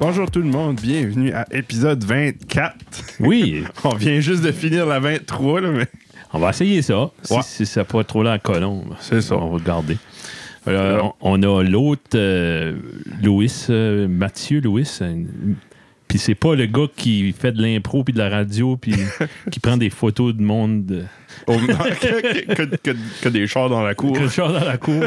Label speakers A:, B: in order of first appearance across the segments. A: Bonjour tout le monde, bienvenue à épisode 24.
B: Oui,
A: On vient juste de finir la 23, là, mais
B: on va essayer ça. Si-
A: Ouais.
B: Si, ça n'a pas trop l'air colombe,
A: C'est ça.
B: On va regarder. Euh, on, on a l'autre, euh, Louis, euh, Mathieu Louis. euh, Puis c'est pas le gars qui fait de l'impro puis de la radio puis qui prend des photos de monde. euh,
A: au que, que- que- que des chars dans la cour.
B: quelque chose dans la cour.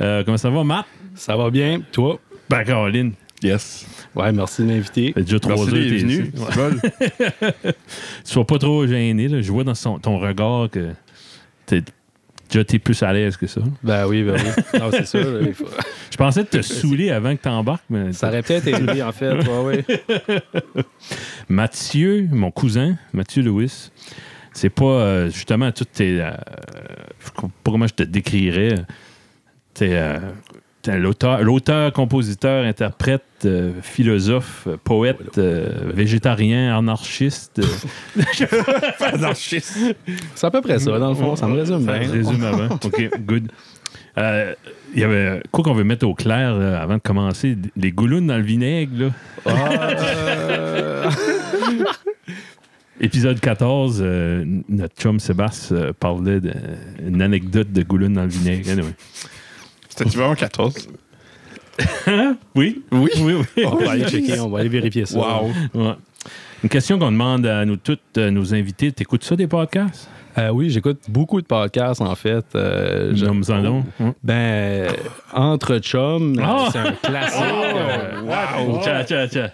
B: Euh, comment ça va, Matt?
C: Ça va bien, toi?
B: Ben, Caroline,
A: Yes.
C: Ouais, merci de m'inviter.
B: fait déjà trois
A: Merci
B: heures.
A: d'être
B: t'es
A: venu.
B: ici. Ouais.
A: C'est bon.
B: Sois pas trop gêné. là. Je vois dans son- ton regard que t'es déjà t'es plus à l'aise que ça.
C: Ben oui, ben oui. Non, c'est sûr. là, il faut-
B: Je pensais
A: Euh,
B: te saouler avant que t'embarques, mais
C: Ça aurait peut-être aidé, en fait. Ouais, ouais.
B: Mathieu, mon cousin, Mathieu Lewis, c'est pas euh, justement toutes tes. euh, je comprends pas comment je te décrirais. T'es euh, t'es l'auteur, l'auteur, compositeur, interprète, euh, philosophe, euh, poète, euh, végétarien, anarchiste. euh,
A: Anarchiste.
C: C'est à peu près ça, dans le fond. Ça me résume hein.
B: ça
C: bien.
B: résume avant. OK, good. Euh, Il y avait quoi qu'on veut mettre au clair là, avant de commencer? Les goulounes dans le vinaigre, là.
C: Ah,
B: Épisode 14, euh, n- notre chum Sébastien euh, parlait d'une anecdote de Gouloune dans le vinaigre. Anyway.
A: C'était-tu vraiment 14?
B: Oui.
A: Oui.
B: Oui, oui.
C: on va aller checker, on va aller vérifier ça.
A: Wow.
B: Ouais. Une question qu'on demande à nous toutes, euh, nos invités. T'écoutes ça des podcasts?
C: Euh, oui, j'écoute beaucoup de podcasts, en fait. Euh, je-
B: Nomme-en donc. Ouais.
C: Ben, euh, Entre Chum,
B: Ah! Oh!
C: c'est un classique. euh,
B: Wow! Tcha, tcha, tcha.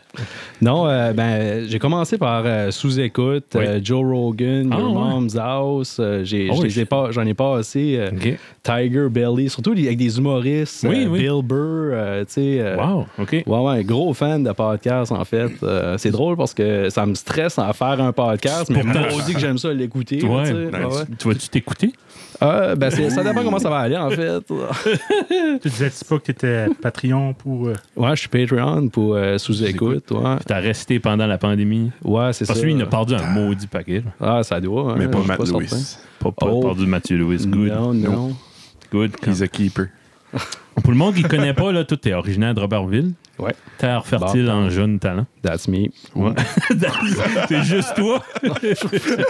C: Non, euh, ben, j'ai commencé par euh, Sous-écoute,
B: Oui.
C: euh, Joe Rogan,
B: Ah,
C: Your
B: ouais.
C: Mom's House. euh, j'ai-
B: Oh,
C: je les
B: je-
C: ai pas- J'en ai pas assez. euh,
B: OK.
C: Tiger Belly, surtout les- avec des humoristes.
B: Oui, oui.
C: Bill Burr, euh, tu sais. euh,
B: Wow, OK.
C: Ouais, ouais, gros fan de podcast, en fait. Euh, c'est drôle parce que ça me stresse à faire un podcast, mais
B: Pourtant-
C: maudit que j'aime ça l'écouter. là,
B: Ouais.
C: tu sais. Ouais, ouais.
B: Tu- Tu vas-tu t'écouter?
C: Ah, ben, c'est- ça dépend comment ça va aller, en fait.
D: Tu disais-tu pas que t'étais Patreon pour. euh,
C: Ouais, je suis Patreon pour euh, sous-écoute. Ouais,
B: T'as resté pendant la pandémie?
C: ouais c'est ça.
B: Parce que lui, il n'a perdu un maudit paquet. là.
C: Ah, ça doit. hein,
A: Mais pas
C: je suis
A: Matt Lewis.
C: certain.
B: Pas, pas
C: Oh.
B: perdu de Mathieu Lewis. Good.
C: Non, non.
B: Good.
A: He's a keeper.
B: Pour le monde qui ne connaît pas, là, tout est originaire de Robertville.
C: Ouais,
B: Terre fertile en jeune talent.
C: that's me.
B: c'est juste toi.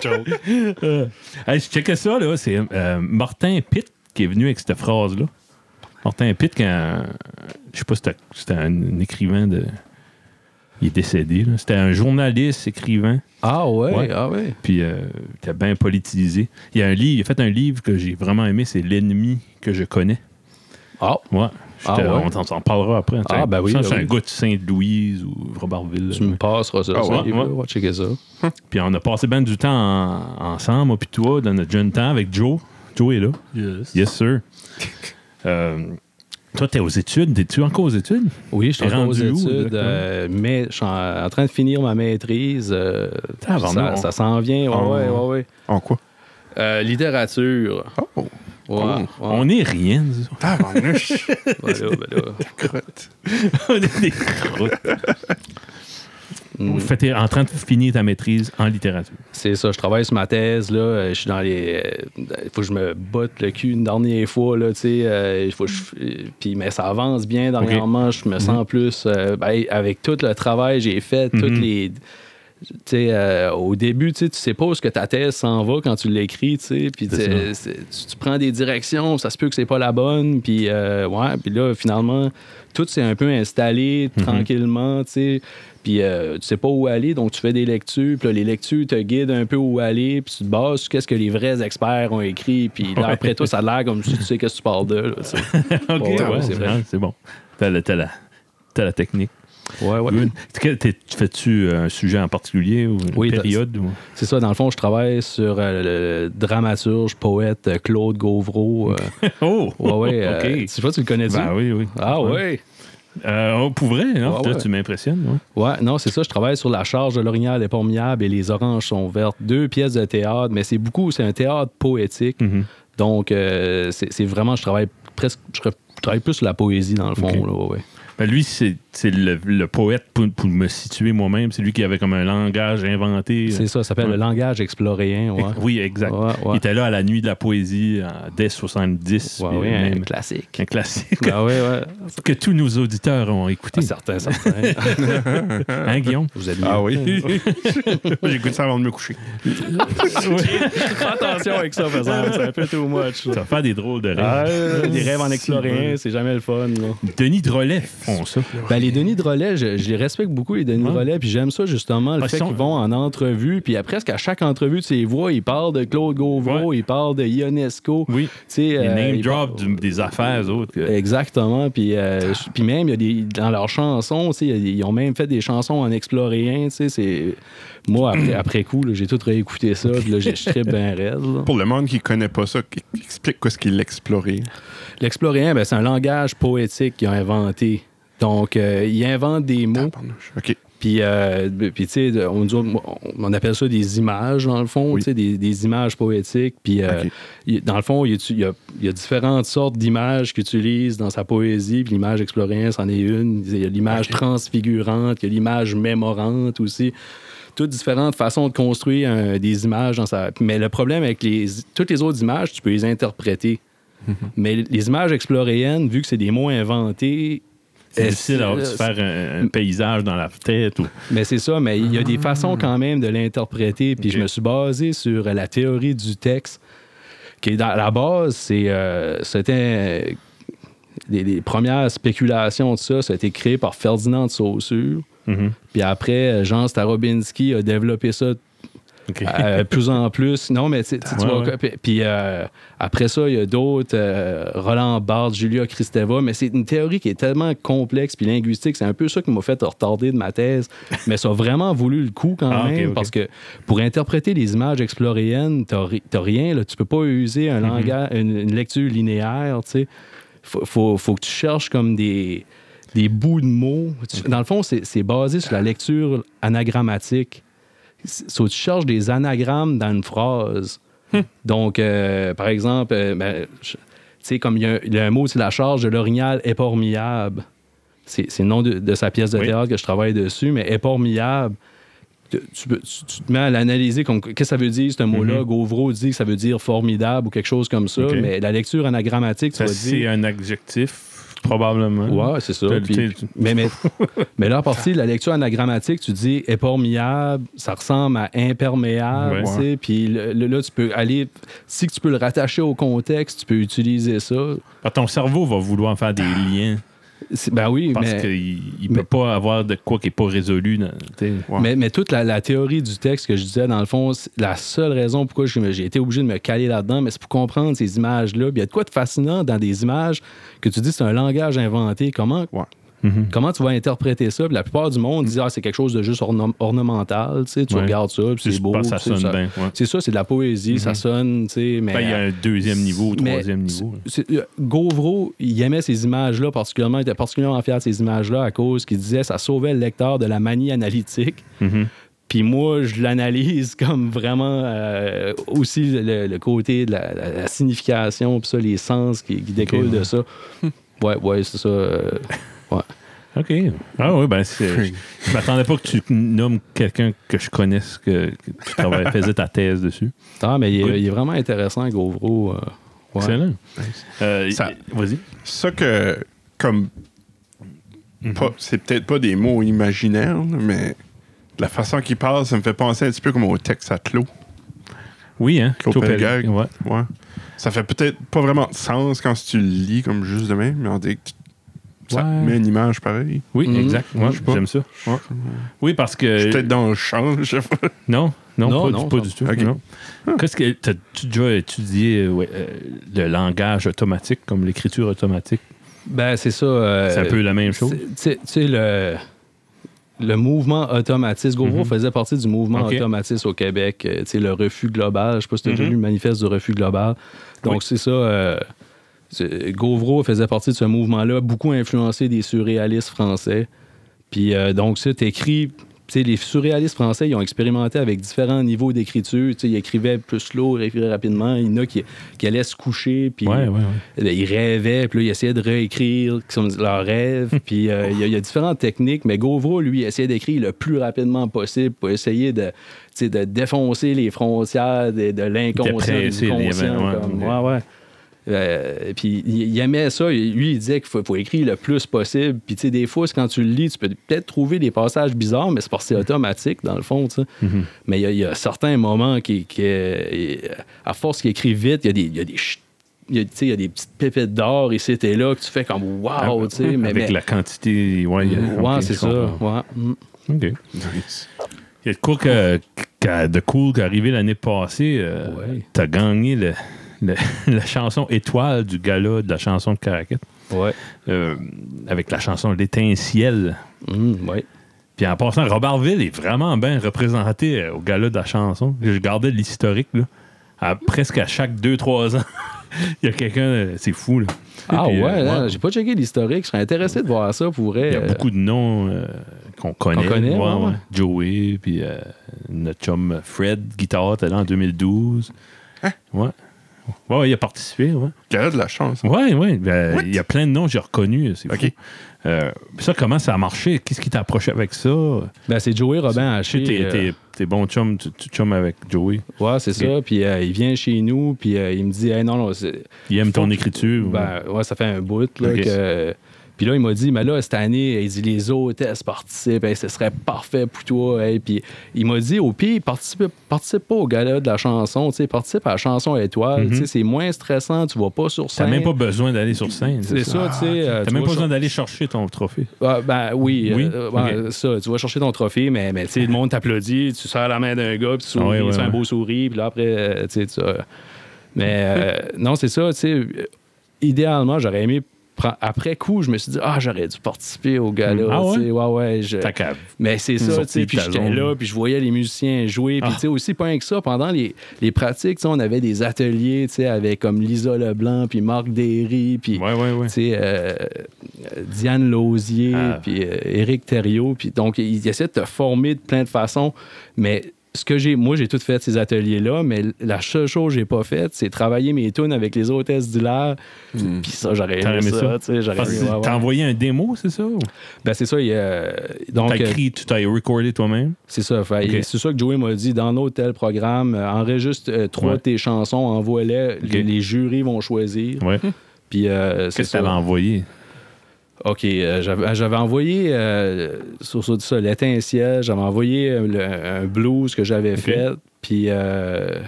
B: Euh, hey, je checkais ça, là. C'est euh, Martin Pitt qui est venu avec cette phrase-là. Martin Pitt, quand. Je sais pas si c'était- c'était un, un écrivain de. Il est décédé, là. C'était un journaliste, écrivain,
C: Ah ouais,
B: Ouais.
C: ah ouais.
B: puis euh, il était bien politisé. Il y a un livre, il a fait un livre que j'ai vraiment aimé, c'est L'ennemi que je connais.
C: Ah,
B: Ouais.
C: Ah
B: J'étais-
C: ouais?
B: On t'en- s'en parlera après.
C: Ah, ben oui,
B: Ça,
C: ben
B: c'est un
C: oui.
B: gars de Sainte-Louise ou Robertville.
C: tu me passeras ça.
A: Ah
C: ça,
A: ouais,
C: il
B: ouais.
C: veut, on va checker ça.
B: Puis on a passé bien du temps en- ensemble, moi puis toi, dans notre jeune temps avec Joe. Joe est là. Yes, sir. Euh, toi, t'es aux études. T'es-tu encore aux études?
C: Oui, je suis
B: T'es
C: encore aux
B: rendu où,
C: études,
B: exactement?
C: euh, mais je suis en, en train de finir ma maîtrise. euh,
B: Tabarnak,
C: ça
B: on-
C: ça s'en vient, ouais,
A: on-
C: ouais, ouais, ouais.
A: En quoi?
C: Euh, littérature.
A: Oh,
C: Ouais, ouais.
B: On est rien. nous autres.
A: tabarnouche.
C: Ben là, ben là.
A: Crotte.
B: on est des crottes. Fait que t'es en train de finir ta maîtrise en littérature.
C: C'est ça, je travaille sur ma thèse, là. euh, Je suis dans les. Il faut que je me botte le cul une dernière fois, là, tu sais. euh, il faut que je- euh, Puis, mais ça avance bien dernièrement. Je me sens plus. euh, ben, avec tout le travail que j'ai fait, toutes les. Tu sais, euh, au début, tu sais, tu sais pas où est-ce que ta thèse s'en va quand tu l'écris, tu sais. Puis, tu
B: C'est
C: sais, c'est- tu, tu prends des directions, ça se peut que c'est pas la bonne. Puis, euh, ouais, puis là, finalement, tout s'est un peu installé tranquillement, tu sais. Puis euh, tu sais pas où aller, donc tu fais des lectures. Puis là, les lectures te guident un peu où aller. Puis tu te bases sur qu'est-ce que les vrais experts ont écrit. Puis là,
B: Ouais.
C: après toi, ça a l'air comme si tu sais qu'est-ce que tu parles de. là, tu sais.
B: OK,
C: ouais,
B: c'est
C: c'est vrai.
B: bon. C'est bon. T'as la, t'as la, t'as la technique.
C: Ouais, ouais.
B: Good. T'es- t'es- Fais-tu euh, un sujet en particulier ou une
C: Oui, t'as-
B: période? ou-
C: C'est ça, dans le fond, je travaille sur euh, le dramaturge, poète euh, Claude Gauvreau. euh,
B: Oh!
C: ouais, ouais.
B: OK.
C: euh, tu sais pas, tu le connais-tu?
B: Ben oui, oui.
C: Ah ouais.
B: Euh, oh, pour vrai, hein?
C: Ouais,
B: Toi,
C: ouais.
B: tu m'impressionnes. ouais.
C: Ouais, non, c'est ça. Je travaille sur la charge de l'orignal est pas miable et les oranges sont vertes. Deux pièces de théâtre, mais c'est beaucoup. C'est un théâtre poétique.
B: Mhm.
C: Donc, euh, c'est c'est vraiment, je travaille presque, je, tra- je travaille plus sur la poésie dans le fond.
B: Ok.
C: là, ouais, ouais.
B: Ben, Fait que lui, c'est c'est le, le poète pour, pour me situer moi-même. C'est lui qui avait comme un langage inventé.
C: C'est ça, ça s'appelle
B: Ouais.
C: le langage exploréen. Ouais.
B: Et- Oui, exact.
C: Ouais,
B: Il
C: ouais.
B: était là à la nuit de la poésie euh, dès 70.
C: Ouais,
B: puis
C: oui, un
B: même-
C: classique.
B: un classique
C: Ah ouais, ouais.
B: que tous nos auditeurs ont écouté.
C: Ah, certain, certain.
B: Hein, Guillaume?
C: Vous êtes
A: Ah oui. J'écoute ça avant de me coucher.
C: Attention avec ça, par exemple, c'est un peu too much.
B: Ça va faire des drôles de rêves.
C: Ah, des rêves en
B: Si
C: exploréen,
B: bon.
C: c'est jamais le fun. là.
B: Denis Drolet font ça.
C: Ben, les Denis de relais, je, je les respecte beaucoup, les Denis de
B: Ouais.
C: relais, puis j'aime ça justement, le
B: Ah, ils
C: fait
B: sont-
C: qu'ils vont en entrevue, puis à presque à chaque entrevue de ses voix, ils parlent de Claude Gauvreau, ils parlent de Ionesco.
B: Oui.
C: tu sais,
B: Ils
C: euh,
B: name
C: ils
B: drop
C: parlent-
B: du- des affaires autres. que-
C: Exactement, puis
B: Ah.
C: euh, je- puis même, il y a des, dans leurs chansons, tu sais, ils ont même fait des chansons en exploréen, tu sais, c'est... Moi, après, après coup, là, j'ai tout réécouté ça, puis là, j'ai- je tripe bien raide, là.
A: Pour le monde qui connaît pas ça, qui- qui explique quoi ce qu'il explorait.
C: L'exploréen, ben, c'est un langage poétique qu'ils ont inventé. Donc, euh, ils inventent des mots,
A: Tabarnouche. OK.
C: puis, euh, puis, tu sais, de- on, nous autres, on appelle ça des images, dans le fond,
A: Oui.
C: tu sais, des, des images poétiques. Puis, euh,
A: Ok.
C: il- dans le fond, il y a- il y, a, il y a différentes sortes d'images qu'il utilise dans sa poésie, puis l'image exploréenne, c'en est une. Il y a l'image transfigurante, il y a l'image mémorante aussi. Toutes différentes façons de construire euh, des images dans sa. Mais le problème avec les, toutes les autres images, tu peux les interpréter.
B: Mhm.
C: Mais les images exploréennes, vu que c'est des mots inventés,
B: C'est
C: euh,
B: difficile à se
C: c'est-
B: faire un, un paysage dans la tête. Ou...
C: mais c'est ça, mais il y a des façons quand même de l'interpréter. Puis
B: Ok.
C: je me suis basé sur la théorie du texte, qui est dans la base, c'est, euh, c'était. euh, Les, les premières spéculations de ça, ça a été créé par Ferdinand de Saussure.
B: Mhm.
C: Puis après, euh, Jean Starobinski a développé ça
B: OK.
C: euh, plus en plus. Non, mais tu tu- tu
B: Ouais,
C: vois,
B: ouais.
C: puis- Puis euh, après ça, il y a d'autres, euh, Roland Barthes, Julia Kristeva, mais c'est une théorie qui est tellement complexe puis linguistique, c'est un peu ça qui m'a fait retarder de ma thèse, mais ça a vraiment voulu le coup quand
B: Ah, ok,
C: même,
B: ok.
C: parce que pour interpréter les images exploréennes, t'as ri- t'as rien, là, tu peux pas user
B: Mhm.
C: un langage, une, une lecture linéaire, tu sais. Faut, faut, faut que tu cherches comme des, des bouts de mots. Tu- Dans le fond, c'est c'est basé sur la lecture anagrammatique. So, tu cherches des anagrammes dans une phrase.
B: Hum.
C: Donc, euh, par exemple, euh, ben, je- tu sais, comme il y, a un- il y a un mot, c'est la charge de l'orignal épormillable. C'est c'est le nom de, de sa pièce de
B: Oui.
C: théâtre que je travaille dessus, mais épormillable, tu, tu peux- tu- tu te mets à l'analyser comme qu'est-ce que ça veut dire, ce mot-là. Gauvreau dit que ça veut dire formidable ou quelque chose comme ça,
B: Mm-hmm. Ok.
C: mais la lecture anagrammatique, tu
B: Ça,
C: vas
B: c'est
C: dire.
B: un adjectif, probablement.
C: Ouais, c'est ça.
B: T'as-
C: Puis-
B: t'es- tu-
C: mais, mais, mais là, à partir de la lecture anagrammatique, tu dis épormillable, ça ressemble à imperméable,
B: Ouais.
C: tu sais, puis le- le- là, tu peux aller, si tu peux le rattacher au contexte, tu peux utiliser ça.
B: Ah, Ton cerveau va vouloir faire des liens
C: C'est- Ben oui,
B: parce
C: Ah, mais,
B: qu'il ne
C: mais-
B: peut pas avoir de quoi qui n'est pas résolu. Dans, t'sais.
A: Ouais.
C: mais, mais toute la, la théorie du texte que je disais, dans le fond, c'est la seule raison pourquoi j'ai j'ai été obligé de me caler là-dedans, mais c'est pour comprendre ces images-là. Puis Il y a de quoi de fascinant dans des images que tu dis c'est un langage inventé. Comment,
A: Ouais.
B: Mhm.
C: Comment tu vas interpréter ça? Puis la plupart du monde dit ah, c'est quelque chose de juste orno- ornemental. Tu, sais, tu
B: Ouais.
C: regardes ça, puis
B: Je
C: c'est beau.
B: pense que ça
C: tu sais,
B: sonne bien. ouais. Mm-hmm.
C: C'est ça, c'est de la poésie, ça sonne, tu sais, mais... euh,
B: Ben, Il y a un deuxième niveau ou
C: mais-
B: troisième niveau. là.
C: c'est- euh, Gauvreau, il aimait ces images-là particulièrement, il était particulièrement fier de ces images-là à cause qu'il disait ça sauvait le lecteur de la manie analytique.
B: Mhm.
C: Puis moi, je l'analyse comme vraiment euh, aussi le, le côté de la, la- la signification, puis ça, les sens qui, qui découlent de ça. Ouais, ouais, c'est ça. euh, ouais.
B: OK. Ah oui, ben c'est. Je je m'attendais pas que tu nommes quelqu'un que je connaisse que, que tu travailles- faisais ta thèse dessus.
C: Ah, mais il, est-
B: Good.
C: il est vraiment intéressant, Gauvreau. euh, ouais.
B: Excellent. Euh,
A: Ça-
B: Vas-y.
A: Ça que, comme. pas- C'est peut-être pas des mots imaginaires, là, mais la façon qu'il parle, ça me fait penser un petit peu comme au texte à Clos.
B: Oui, hein?
A: Claude Pelgag.
B: Ouais.
A: Ouais. Ça fait peut-être pas vraiment de sens quand tu le lis comme juste de même, mais on dit que tu- ça te
B: Ouais.
A: met une image pareille.
B: Oui,
C: Mhm.
B: exact. Ouais,
A: Je sais pas.
B: J'aime ça.
A: Ouais.
B: Oui, parce que.
A: Je suis peut-être dans le champ, je sais pas.
B: Non, non,
C: Non,
B: pas,
C: non, Ah.
B: du, pas
C: ça-
B: du tout.
A: Ok.
B: non. Qu'est-ce que t'as-tu déjà étudié euh, ouais, euh, le langage automatique comme l'écriture automatique
C: Ben, c'est ça. euh,
B: C'est un peu la même chose.
C: C'est- Tu sais- tu sais, le, le mouvement automatiste, Gauvreau
B: Mhm.
C: faisait partie du mouvement
B: Ok. Mm-hmm.
C: automatiste au Québec. euh, Tu sais, le refus global. Je sais pas si tu as déjà
A: Mhm.
C: lu le manifeste du refus global. Donc,
B: Oui.
C: c'est ça. euh, c'est- Gauvreau faisait partie de ce mouvement-là, beaucoup influencé des surréalistes français. Puis, euh, donc, c'est écrit. sais, les surréalistes français, ils ont expérimenté avec différents niveaux d'écriture. Tu sais, Ils écrivaient plus lourd, ils écrivaient rapidement. Il y en a qui, qui allaient se coucher, puis
B: Ouais, ouais, ouais.
C: eh bien, ils rêvaient, puis là, ils essayaient de réécrire qui sont leurs rêves. puis euh, il y, a- il y a différentes techniques, mais Gauvreau, lui, il essayait d'écrire le plus rapidement possible pour essayer de, tu sais, de défoncer les frontières de, de l'inconscient. et
B: Dépresser
C: du
B: les-
C: conscient,
B: ouais,
C: comme,
B: ouais.
C: ouais, ouais. Euh, puis il il aimait ça. Lui, il disait qu'il faut, faut écrire le plus possible. Puis tu sais, des fois, c'est quand tu le lis, tu peux peut-être trouver des passages bizarres, mais c'est parce
B: Mhm.
C: que c'est automatique, dans le fond. tu sais. Mais il y a- il y, a certains moments qui, qui, euh, à force qu'il écrit vite, il y a des, il y a des ch- il y a, tu sais, il y a des petites pépites d'or ici et là que tu fais comme wow, Ah, tu sais, mais,
B: Ah, Avec
C: mais-
B: la quantité. Ouais, il y a-
C: ouais,
B: ok,
C: c'est
B: je
C: ça.
B: comprends.
C: ouais. Mm.
B: Ok.
A: Nice.
B: Il y a de quoi que- que- de cool qui est arrivé l'année passée. euh,
C: Ouais.
B: T'as gagné le- le- la chanson étoile du gala de la chanson de Caracat.
C: Ouais.
B: euh, avec la chanson L'étincelle.
C: Mm, ouais.
B: Puis en passant, Robertville est vraiment bien représenté euh, au gala de la chanson. Je gardais l'historique, là. À- presque à chaque 2-3 ans, il y a quelqu'un. euh, C'est fou, là.
C: Ah
B: Puis,
C: ouais,
B: euh,
C: hein,
B: ouais.
C: j'ai pas checké l'historique. Je serais intéressé de voir ça pour vrai.
B: Il y a
C: euh,
B: beaucoup de noms euh, qu'on connaît.
C: qu'on connaît,
B: Ouais,
C: ouais,
B: ouais.
C: ouais.
B: Joey, puis euh, notre chum Fred, guitare, t'es là en 2012.
A: Hein?
B: Ouais. Ouais, ouais, il a participé, ouais.
A: Il a de la chance.
B: Ouais, ouais. ben,
A: What?
B: il y a plein de noms que j'ai reconnus, c'est
A: Ok.
B: fou. Euh, ça, comment ça a marché? Qu'est-ce qui t'a approché avec ça?
C: Ben, c'est Joey Robin
B: Tu
C: Haché.
B: sais, t'es,
C: euh,
B: t'es- t'es bon chum, tu, tu chum avec Joey.
C: Ouais, c'est
B: Ok.
C: ça. Puis euh, il vient chez nous, puis euh, il me dit Hey, non, non, c'est-
B: Il aime ton
C: Faut-
B: écriture. ouais.
C: ben, ouais, ça fait un bout. Là,
B: Mm-hmm. Ok.
C: que... Puis là, il m'a dit Mais là, cette année, il dit, les hôtesses participent, hey, ce serait parfait pour toi. Hey. Puis il m'a dit Au pire, participe, participe pas au gala de la chanson, tu sais, participe à la chanson étoile. tu sais, C'est moins stressant, tu vas pas sur
B: Mm-hmm. T'as
C: scène.
B: même pas besoin d'aller sur scène.
C: ben, C'est ça, tu sais. euh,
B: T'as
C: tu
B: même
C: vas
B: pas
C: sur-
B: besoin d'aller chercher ton trophée.
C: Ah, ben oui,
B: Oui?
C: euh, ben, ça, tu vas chercher ton trophée, mais, mais tu sais, le monde t'applaudit, tu sers la main d'un gars, puis tu souris,
B: Ouais, ouais,
C: tu fais un
B: ouais.
C: beau sourire, puis là après, euh, tu sais, tu as- Mais euh, non, c'est ça, tu sais, euh, idéalement, j'aurais aimé, pre- après coup, je me suis dit, ah, j'aurais dû participer au gala,
B: Ah ouais?
C: tu sais, ouais, ouais, je-
B: T'as qu'à-
C: mais c'est ça, tu
B: Sorti Ah.
C: sais,
B: de
C: puis
B: ta
C: j'étais
B: zone.
C: là, puis je voyais les musiciens jouer, puis tu sais, aussi, pas rien que ça, pendant les, les pratiques, tu sais, on avait des ateliers, tu sais, avec comme Lisa Leblanc, puis Marc Derry, puis
B: Ouais, ouais, ouais.
C: tu sais, euh, euh, Diane Lausier,
B: Ah.
C: puis euh, Éric Thériault. Puis donc, ils essaient de te former de plein de façons. Mais ce que j'ai, moi, j'ai tout fait ces ateliers-là, mais la seule chose que j'ai pas faite, c'est travailler mes tunes avec les hôtesses du l'air. Puis ça, j'aurais
B: T'aurais
C: aimé
B: Hmm. aimé
C: ça.
B: ça?
C: tu sais, j'aurais
B: Parce
C: aimé-
B: que
C: ouais, ouais.
B: T'as envoyé un démo, c'est ça? ou
C: Ben, c'est ça, il y a- donc,
B: T'as
C: euh,
B: écrit, tu t'as recordé toi-même?
C: c'est ça. fait-
B: Ok.
C: C'est ça que Joey m'a dit. Dans notre tel programme, euh, enregistre euh, trois
B: Ouais.
C: de tes chansons, envoie-les.
B: Ok.
C: Les, les jurys vont choisir.
B: Ouais.
C: Puis euh, c'est
B: Qu'est-ce que
C: ça.
B: t'avais envoyé?
C: OK, euh, j'avais j'avais envoyé euh, sur, sur ça, l'étincelle, j'avais envoyé euh, le- un blues que j'avais fait, puis euh,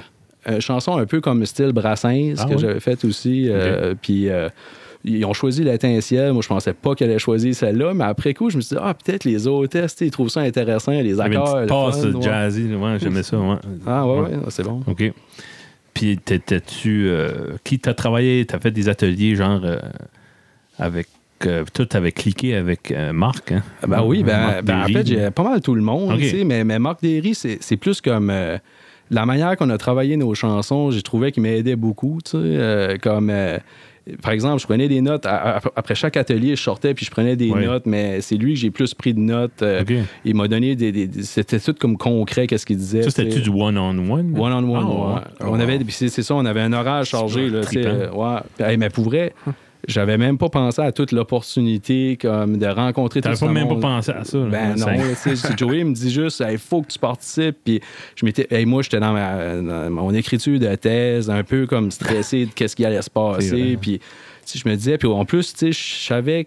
C: une chanson un peu comme style Brassens
B: Ah
C: que
B: ouais?
C: j'avais faite aussi, euh, puis euh, ils ont choisi l'étincelle. Moi, je pensais pas qu'elle allait choisir celle-là, mais après coup, je me suis dit, ah, peut-être les hôtesses, tu sais, ils trouvent ça intéressant, les
B: T'avais une
C: accords.
B: petite
C: le
B: passe
C: fun, ouais.
B: jazzy, là, ouais, j'aimais ça. ouais.
C: Ah, ouais, ouais, c'est bon.
B: OK. Puis, t'étais-tu. euh, qui t'a travaillé? T'as fait des ateliers, genre. euh, avec. euh, toi, t'avais cliqué avec euh, Marc, hein?
C: Ben oui, ben,
B: Marc
C: ben, en
B: Derry.
C: fait, j'ai pas mal tout le monde,
B: Ok.
C: tu sais, mais, mais Marc Derry, c'est c'est plus comme euh, la manière qu'on a travaillé nos chansons, j'ai trouvé qu'il m'aidait beaucoup, tu sais, euh, comme... euh, par exemple, je prenais des notes. à- à- Après chaque atelier, je sortais puis je prenais des
B: Ouais.
C: notes, mais c'est lui que j'ai plus pris de notes. euh,
B: OK.
C: Il m'a donné des. des- des- C'était tout comme concret, qu'est-ce qu'il disait.
B: Ça, c'était-tu
C: tu
B: du
C: sais.
B: one-on-one?
C: One-on-one.
B: Ah,
C: ouais.
B: ouais.
A: wow.
C: On avait, puis c'est c'est ça, on avait un horaire chargé. Là, tu sais,
B: trippant. Hein.
C: euh, ouais. Puis, hey, mais pour vrai, j'avais même pas pensé à toute l'opportunité comme de rencontrer tout
B: T'avais
C: ce
B: pas même
C: monde.
B: pas pensé à ça. là.
C: Ben non,
B: C'est-
C: là, tu sais, Joey me dit juste, il faut que tu participes. Puis je m'étais, hey, moi, j'étais dans, ma- dans mon écriture de thèse, un peu comme stressé de qu'est-ce qui allait se
B: C'est vrai.
C: passer. Puis tu sais, je me disais, puis en plus, tu sais, je savais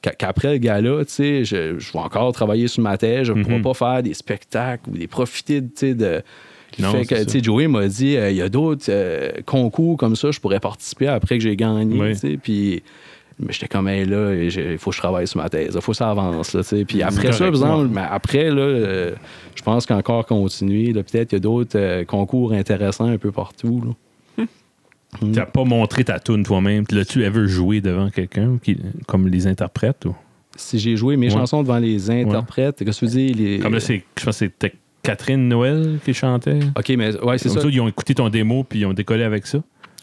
C: qu'a- qu'après le gala, tu sais, je, je vais encore travailler sur ma thèse, je ne pourrai
B: Mhm.
C: pas faire des spectacles ou des profiter de, tu sais, de le
B: Non,
C: fait que,
B: c'est
C: tu sais, Joey m'a dit, euh, il y a d'autres euh, concours comme ça, je pourrais participer après que j'ai gagné,
B: Oui.
C: tu sais, puis... Mais j'étais comme, hey, là, il faut que je travaille sur ma thèse. Il faut que ça avance. Là, tu sais. puis après
B: correct,
C: ça, par exemple,
B: ouais.
C: mais après, là, euh, je pense qu'encore continuer. là, Peut-être qu'il y a d'autres euh, concours intéressants un peu partout. là.
B: T'as pas montré ta tune toi-même. L'as-tu ever joué devant quelqu'un qui- comme les interprètes? ou?
C: Si j'ai joué mes
B: Ouais.
C: chansons devant les interprètes, qu'est-ce que tu dis? Les...
B: Comme là, c'est- je pense que c'était Catherine Noël qui chantait.
C: OK, mais ouais, c'est
B: Comme
C: ça.
B: ça, ils ont écouté ton démo puis ils ont décollé avec ça.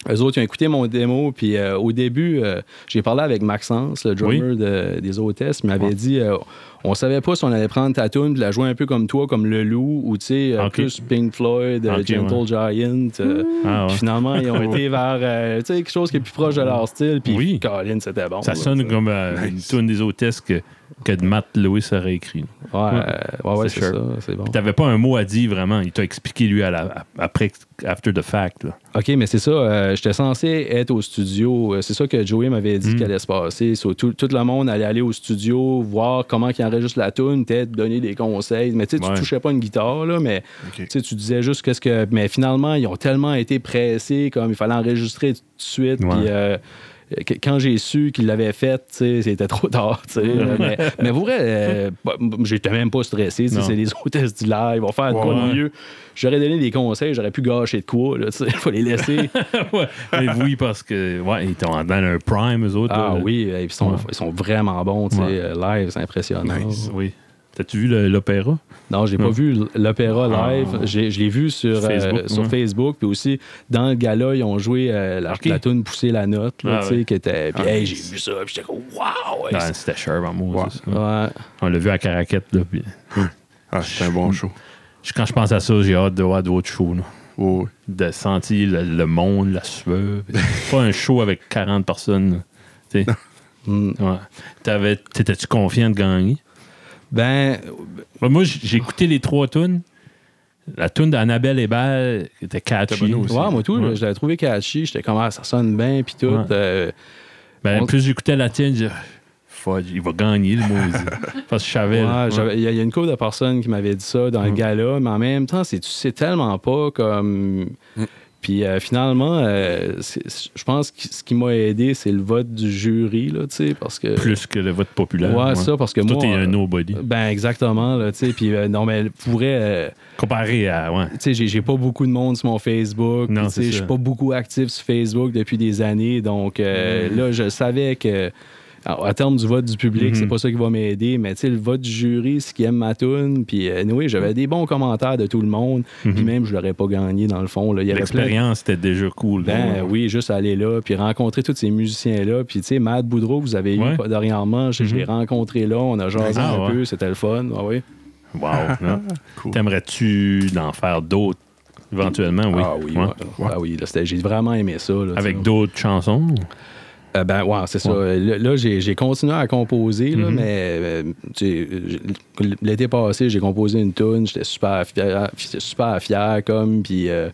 C: Eux autres, ils ont écouté mon démo, puis euh, au début, euh, j'ai parlé avec Maxence, le drummer de- des hôtesses, il m'avait dit euh, on savait pas si on allait prendre ta tune puis la jouer un peu comme toi, comme Le Loup, ou tu sais, euh,
B: Ok.
C: plus Pink Floyd, euh,
B: Ok,
C: Gentle
B: ouais.
C: Giant. euh,
B: Ah
C: puis
B: ouais.
C: Finalement, ils ont été vers euh, tu sais, quelque chose qui est plus proche de leur style. Puis
B: Oui.
C: Colin, c'était bon.
B: Ça
C: là,
B: sonne
C: tu sais.
B: comme euh, une
A: Nice.
B: tune des hôtesses que, que de Matt Lewis aurait écrit.
C: Ouais, euh, ouais, ouais,
B: C'est
C: c'est
B: sharp.
C: ça. C'est bon.
B: Puis t'avais pas un mot à dire vraiment. Il t'a expliqué, lui, à la- après, after the fact. là.
C: OK, mais c'est ça. euh, J'étais censé être au studio. Euh, C'est ça que Joey m'avait dit
B: Mm.
C: qu'allait se passer. So, tout, tout le monde allait aller au studio, voir comment il enregistre la tune, peut-être donner des conseils. Mais tu sais, tu
B: Ouais.
C: touchais pas une guitare, là, mais
A: hein.
C: tu sais, tu disais juste qu'est-ce que. Mais finalement, ils ont tellement été pressés, comme il fallait enregistrer tout de suite.
B: Ouais.
C: Puis. euh, que- quand j'ai su qu'il l'avait fait, tu sais, c'était trop tard. tu sais, là, mais, mais pour vrai, euh, bah, m- j'étais même pas stressé. tu sais,
B: Non.
C: C'est les hôtesses du live. On va faire de quoi
B: Ouais.
C: de mieux. J'aurais donné des conseils, j'aurais pu gâcher de quoi. là, tu sais, Il faut les laisser.
B: ouais. Mais oui, parce que, ouais, ils t'ont dans un prime, eux autres.
C: ah
B: là.
C: oui, euh, ils sont,
B: Ouais.
C: ils sont vraiment bons. tu sais,
B: Ouais.
C: euh, Live, c'est impressionnant.
A: Nice.
B: Ah, Oui. T'as-tu vu le- l'opéra?
C: Non, j'ai
B: Non.
C: pas vu l'opéra
B: Hmm. Ah.
C: live. J'ai- Je l'ai vu sur euh, sur Facebook.
B: Facebook, ouais.
C: Puis aussi, dans le gala, ils ont joué euh, la,
B: Ok.
C: la toune Pousser la note. là,
B: Ah
C: tu sais,
B: ouais.
C: qui était, puis,
A: Ah,
C: hey, j'ai
A: nice.
C: vu ça. Puis j'étais comme, wow! hey,
B: Ah, C'était cher, en moi.
A: Ouais.
B: ça.
C: c'est- ouais.
B: On l'a vu à Caraquette. Là, puis-
A: Ah, c'est un bon show.
B: Je- Quand je pense à ça, j'ai hâte de voir d'autres shows. là.
A: Oh, oui.
B: De sentir le, le monde, la sueur. pas un show avec 40 personnes. là. Tu
C: Mm.
B: sais. Ouais. T'avais- T'étais-tu confiant de gagner?
C: Ben,
B: Ouais, moi, j- j'ai écouté les trois tunes. La tune d'Annabelle Hébert était catchy.
A: C'était bonne aussi.
C: ouais, moi tout,
B: Ouais.
C: là, je l'avais trouvé catchy. J'étais comme, ah, ça sonne bien. Puis tout.
B: Ouais.
C: euh,
B: Ben,
C: On-
B: plus j'écoutais la tienne, je disais, Fudge, il va gagner le maudit. Parce que je savais. là.
C: Ouais, j'avais- Il y, a- il y a une couple de personnes qui m'avaient dit ça
B: Hmm.
C: dans le gala, mais en même temps, c'est, tu sais tellement pas comme. Puis euh, finalement, euh, c'est- c'est- je pense que ce qui m'a aidé, c'est le vote du jury, là, tu sais, parce que.
B: Plus que le vote populaire.
C: Ouais, ça, parce que
B: Toi,
C: moi.
B: t'es
C: euh,
B: un nobody.
C: Ben, exactement, là, tu sais. Puis euh, non, mais pour vrai, euh,
B: Comparé à. Ouais.
C: tu sais, j'ai, j'ai pas beaucoup de monde sur mon Facebook.
B: Non,
C: puis, tu sais,
B: c'est
C: Je suis
B: ça.
C: pas beaucoup actif sur Facebook depuis des années, donc euh, là, je savais que. Alors, à terme du vote du public, c'est
B: Mhm.
C: pas ça qui va m'aider, mais tu sais, le vote du jury, ce qui aime ma toune, puis euh, anyway, j'avais des bons commentaires de tout le monde,
B: Mhm.
C: puis même je l'aurais pas gagné dans le fond. là. Il y avait plein de-
B: L'expérience était déjà cool.
C: Ben
B: là.
C: oui, juste aller là, puis rencontrer tous ces musiciens-là, puis tu sais, Matt Boudreau, vous avez eu
B: Ouais. Mhm.
C: pas- dernièrement, je, je l'ai rencontré là, on a jasé
B: Ah,
C: un
B: ouais.
C: peu, c'était le fun, ah oui.
B: Wow. non?
A: Cool.
B: T'aimerais-tu en faire d'autres éventuellement? Oui.
C: Ah oui,
B: Ouais.
C: ouais. Ah oui, là, c'était- j'ai vraiment aimé ça. là, tu
B: Avec
C: sais.
B: d'autres chansons?
C: Euh, ben, ouais, c'est ça. Là, là, j'ai j'ai continué à composer, là,
B: Mhm.
C: mais euh, tu sais, j'ai- l'été passé, j'ai composé une tune, j'étais super fier, j'étais super fier, comme, puis, euh,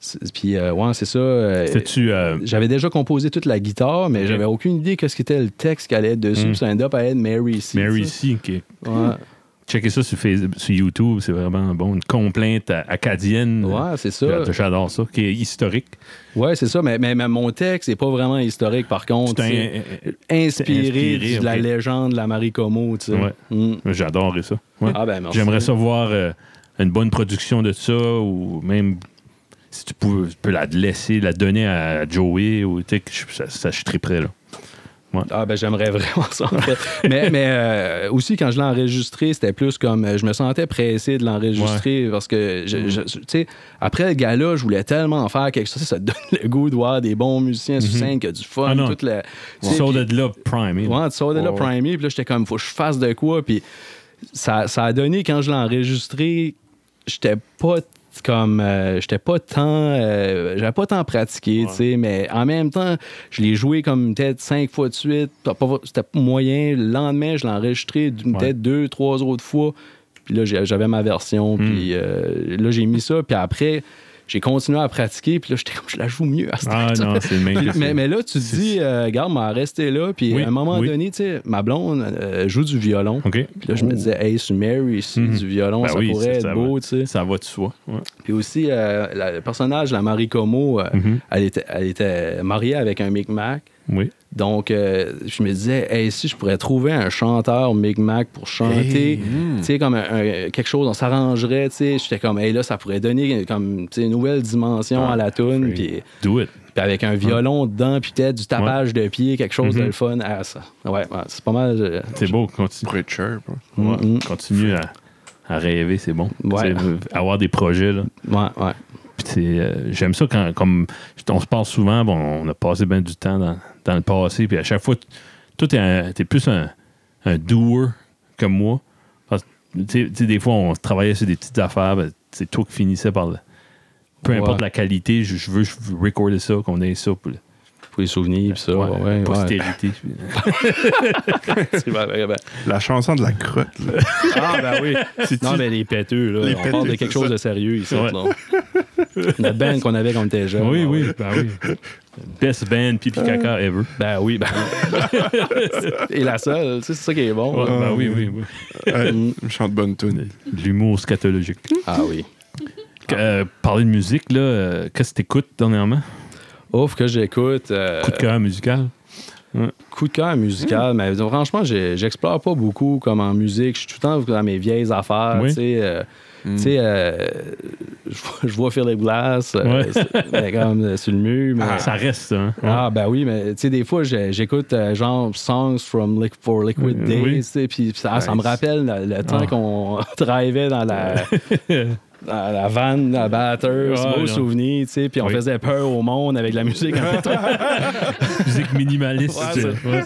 C: c'est- puis euh, ouais, c'est ça. euh,
B: C'était-tu. euh,
C: j'avais déjà composé toute la guitare, mais
B: Ok.
C: j'avais aucune idée que ce qu'était le texte qui allait être dessus.
B: Mm.
C: puis Ça endait up à être Mary C.
B: Mary
C: tu sais.
B: C. qui est-
C: Ouais,
B: Checkez ça sur, Facebook, sur YouTube, c'est vraiment bon. Une complainte à- acadienne.
C: Ouais, c'est ça.
B: J'a- J'adore ça, qui est historique.
C: Ouais, c'est ça. Mais, mais- mais mon texte n'est pas vraiment historique, par contre.
B: C'est un- euh,
C: tu sais. Inspiré,
B: inspiré,
C: de la
B: ok.
C: légende de la Marie Como, tu sais.
B: Ouais.
C: Mm.
B: J'adore ça. Ouais.
C: Ah ben merci.
B: J'aimerais ça voir euh, une bonne production de ça, ou même si tu peux, tu peux la laisser, la donner à Joey, ou tu sais, que je- ça, ça je triperais, là.
C: Ah ben j'aimerais vraiment ça en fait. mais mais euh, aussi quand je l'ai enregistré, c'était plus comme euh, je me sentais pressé de l'enregistrer parce que
B: Mm.
C: je- je- tu sais après le gala, je voulais tellement faire quelque chose, ça te donne le goût de voir des bons musiciens sur scène qui a du fun,
B: Ah non.
C: toute la tu sais,
B: Sort
C: puis-
B: de là, prime. hein.
C: Ouais, tu sors de là,
A: Ouais.
C: primé, puis là, j'étais comme, faut que je fasse de quoi, puis ça, ça a donné, quand je l'ai enregistré, j'étais pas t- comme, euh, j'étais pas tant, euh, j'avais pas tant pratiqué, tu sais, mais en même temps, je l'ai joué comme peut-être cinq fois de suite, pas- pas- c'était pas moyen, le lendemain, je l'ai enregistré d'une-
B: Ouais.
C: peut-être deux, trois autres fois, puis là, j'ai- j'avais ma version, puis euh, là, j'ai mis ça, puis après... J'ai continué à pratiquer, puis là, j'étais comme, je la joue mieux à ce
B: Ah non, c'est le même. que ça.
C: mais, mais là, tu te dis, euh, regarde, m'a resté là. Puis
B: Oui,
C: à un moment
B: oui.
C: donné, tu sais, ma blonde euh, joue du violon.
B: OK.
C: Puis là, je me disais, hey, c'est Mary ici,
B: Oh. Mhm.
C: du violon,
B: Ben
C: ça
B: oui,
C: pourrait
B: ça
C: être beau,
B: va.
C: tu sais.
B: Ça va de soi. ouais.
C: Puis aussi, euh, la- le personnage, la Marie Como, euh,
B: Mhm.
C: elle, était, elle était mariée avec un Micmac.
B: Oui.
C: Donc, euh, je me disais, hey, si je pourrais trouver un chanteur Micmac pour chanter, tu sais, comme un- un- quelque chose, on s'arrangerait, tu sais. J'étais comme, hey, là, ça pourrait donner comme, tu sais, une nouvelle dimension
B: Ah,
C: à la tune.
B: free.
C: Puis
B: Do it.
C: puis avec
B: Ah.
C: un violon dedans, puis peut-être du tapage de pied, quelque chose
B: Mm-hmm.
C: de le fun. Ah, ça. Ouais, ouais, c'est pas mal. euh,
B: C'est beau, continue.
A: Preacher. quoi.
B: Ouais,
C: Mhm.
B: Continue à, à rêver, c'est bon.
C: Ouais.
B: Tu sais, euh, Avoir des projets, là.
C: Ouais, ouais.
B: Puis c'est, euh, j'aime ça quand, comme on se parle souvent, bon, on a passé bien du temps dans, dans le passé, puis à chaque fois, t- toi, t'es, un- t'es plus un, un doer comme moi. Parce que, tu sais- tu sais, des fois, on travaillait sur des petites affaires, ben, c'est toi qui finissais par. le- Peu
C: Ouais.
B: importe la qualité, je, je veux, je veux recorder ça, qu'on ait ça pour, le-
C: Pour les souvenirs, pis ça. Ouais, ouais, ouais.
B: postérité.
C: C'est vrai, vrai, vrai.
A: La chanson de la crotte. là.
C: Ah, ben oui.
A: C'est-tu-
C: Non, mais les péteux, là.
A: Les
C: on
A: péteux,
C: parle de
A: c'est
C: quelque
A: ça.
C: chose de sérieux ici.
B: Ouais.
C: là. Notre band qu'on avait quand on était jeune.
B: oui,
C: ah,
B: oui,
C: ouais.
B: ben oui. Best band pipi caca ever.
C: Ben oui, ben. Et la seule, tu sais, c'est ça qui est bon.
B: Ouais,
C: là.
B: ben oui, oui, oui.
A: Ouais, Euh, je chante bonne tune.
B: De L'humour scatologique.
C: Ah oui.
B: Euh, parler de musique, là, euh, qu'est-ce que t'écoutes dernièrement?
C: Ouf, que j'écoute. euh,
B: Coup de cœur musical?
C: coup de cœur musical, mais donc, franchement, j'ai- j'explore pas beaucoup comme en musique. Je suis tout le temps dans mes vieilles affaires.
B: Oui.
C: Tu sais, euh, tu sais, euh, je vois- je vois Philip Glass euh,
B: Ouais.
C: c'est- mais comme euh, sur le mur. Mais...
B: Ça reste, ça, hein?
C: Ah, ben oui, mais tu sais, des fois, j'ai- j'écoute euh, genre Songs from Liqu- for Liquid
B: Mm, Oui.
C: Days, tu sais, puis ça, ça me
A: Nice.
C: rappelle le, le temps
B: Ah.
C: qu'on drivait dans la, dans la van, dans la batteuse,
B: Ah,
C: beau
B: non.
C: souvenir, tu sais, puis on
B: Oui.
C: faisait peur au monde avec de la musique en fait.
B: Musique minimaliste.
C: Ouais, c'est-
B: Ouais.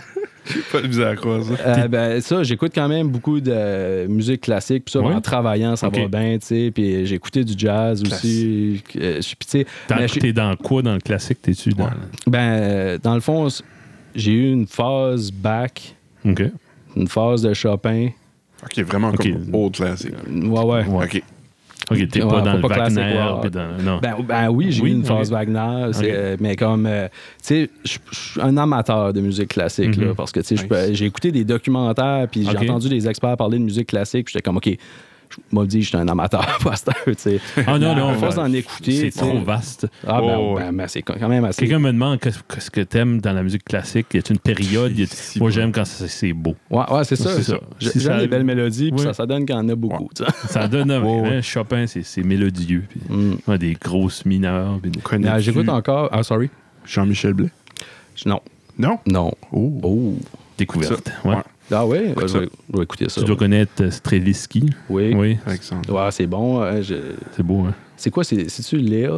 A: Pas de misère à croire ça.
C: Euh, ben, ça, j'écoute quand même beaucoup de musique classique. Puis ça,
B: Ouais.
C: en travaillant, ça
B: Ok.
C: va bien, tu sais. Puis j'ai écouté du jazz aussi. Euh, je- Puis tu sais,
B: Dans-
C: mais je-
B: T'es dans quoi dans le classique? T'es-tu dans.
C: ben, euh, dans le fond, c- j'ai eu une phase back,
B: Ok.
C: une phase de Chopin.
A: Ok, vraiment comme
B: Ok.
A: old classique.
C: Ouais, ouais.
B: Ouais.
A: Ok.
B: Ok, t'es
C: Ouais,
B: pas
C: pas-
B: dans le
C: pas classique,
B: Wagner.
C: ouais.
B: puis dans- non.
C: Ben, ben oui, j'ai
B: Oui,
C: eu une
B: ok.
C: phase Wagner, c'est,
B: Ok.
C: euh, mais comme, euh, tu sais, je je suis un amateur de musique classique, là,
B: Mhm.
C: parce que, tu sais, je
A: Nice.
C: peux- j'ai écouté des documentaires, puis
B: Ok.
C: j'ai entendu des experts parler de musique classique, puis j'étais comme, OK, je m'a dit, je suis un amateur, pasteur, tu sais.
B: ah non,
C: Mais
B: non.
C: à force
B: ouais.
C: d'en écouter,
B: C'est
C: tu sais.
B: trop vaste.
C: Ah, ben,
A: Oh, ouais.
C: ben, ben, c'est quand même assez.
B: Quelqu'un me demande qu'est-ce qu'est-ce que t'aimes dans la musique classique. Y a une période? Y a-
A: Si
B: Moi,
A: bon.
B: j'aime quand c'est c'est beau.
C: Ouais, ouais, c'est ça.
B: C'est
C: c'est
B: ça.
C: ça. J'ai-
B: Si
C: J'aime
B: ça-
C: les belles mélodies, puis
B: Ouais.
C: ça, ça donne qu'il y en a beaucoup. tu sais.
B: Ça donne. un-
A: Ouais, ouais.
B: hein, Chopin, c'est- c'est mélodieux. puis-
C: Mm.
B: ouais, des grosses mineures. puis-
A: Connais-tu
C: Mais J'écoute encore. Ah, sorry.
A: Jean-Michel Blais.
C: Je- Non,
A: Non?
C: non.
A: Oh.
C: Oh.
B: découverte.
A: Ça,
B: Ouais.
A: ouais.
C: Ah, ouais, ben, je
A: ça.
C: vais- je vais écouter ça.
B: Tu dois connaître euh, Streliski.
C: Oui.
B: Oui,
A: Alexandre.
C: Ouais, c'est bon. euh, je-
B: c'est beau. Hein?
C: C'est quoi C'est- C'est-tu Léa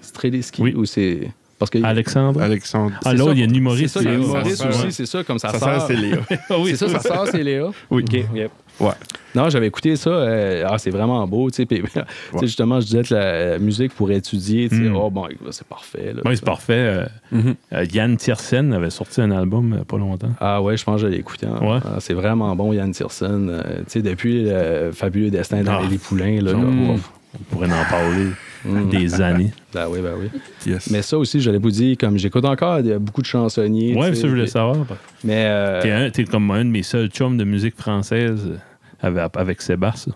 C: Streliski
B: Oui.
C: ou c'est. Parce que.
B: Alexandre.
A: Alexandre.
B: Ah,
C: c'est
B: l'autre,
C: ça,
B: il y a une
C: C'est
B: humoriste.
C: ça, il y a
A: Léa,
C: une
A: ça
C: humoriste
A: sort,
C: aussi,
A: ouais.
C: c'est ça, comme ça,
A: Ça
C: sort.
A: sert, c'est Léa.
B: Ah oui.
C: C'est ça, ça sort, c'est Léa.
A: Oui.
C: Ok,
B: Mm-hmm.
C: yep.
A: Ouais.
C: Non, j'avais écouté ça. euh, ah, c'est vraiment beau, tu sais. puis, tu sais, justement, je disais que la musique pour étudier, tu sais, oh, bon, c'est parfait. là.
B: Mm. Ouais, c'est parfait. Euh,
C: Mm-hmm.
B: euh, Yann Tiersen avait sorti un album euh, pas longtemps.
C: Ah ouais, je pense que je l'ai écouté. hein.
B: Ouais.
C: Ah, c'est vraiment bon, Yann Tiersen. Euh, tu sais, depuis le fabuleux destin d'Amélie
B: Ah.
C: Poulain, là. là,
B: Mm.
C: ouf.
B: On pourrait en parler
C: Mm.
B: des années.
C: Ben oui, ben oui.
A: Yes.
C: Mais ça aussi, j'allais vous dire, comme j'écoute encore de- beaucoup de chansonniers.
B: Ouais,
C: tu
B: ça,
C: sais,
B: je voulais
C: puis-
B: savoir.
C: Mais euh,
B: T'es, un- t'es comme un de mes seuls chums de musique française euh, avec, avec Sébastien.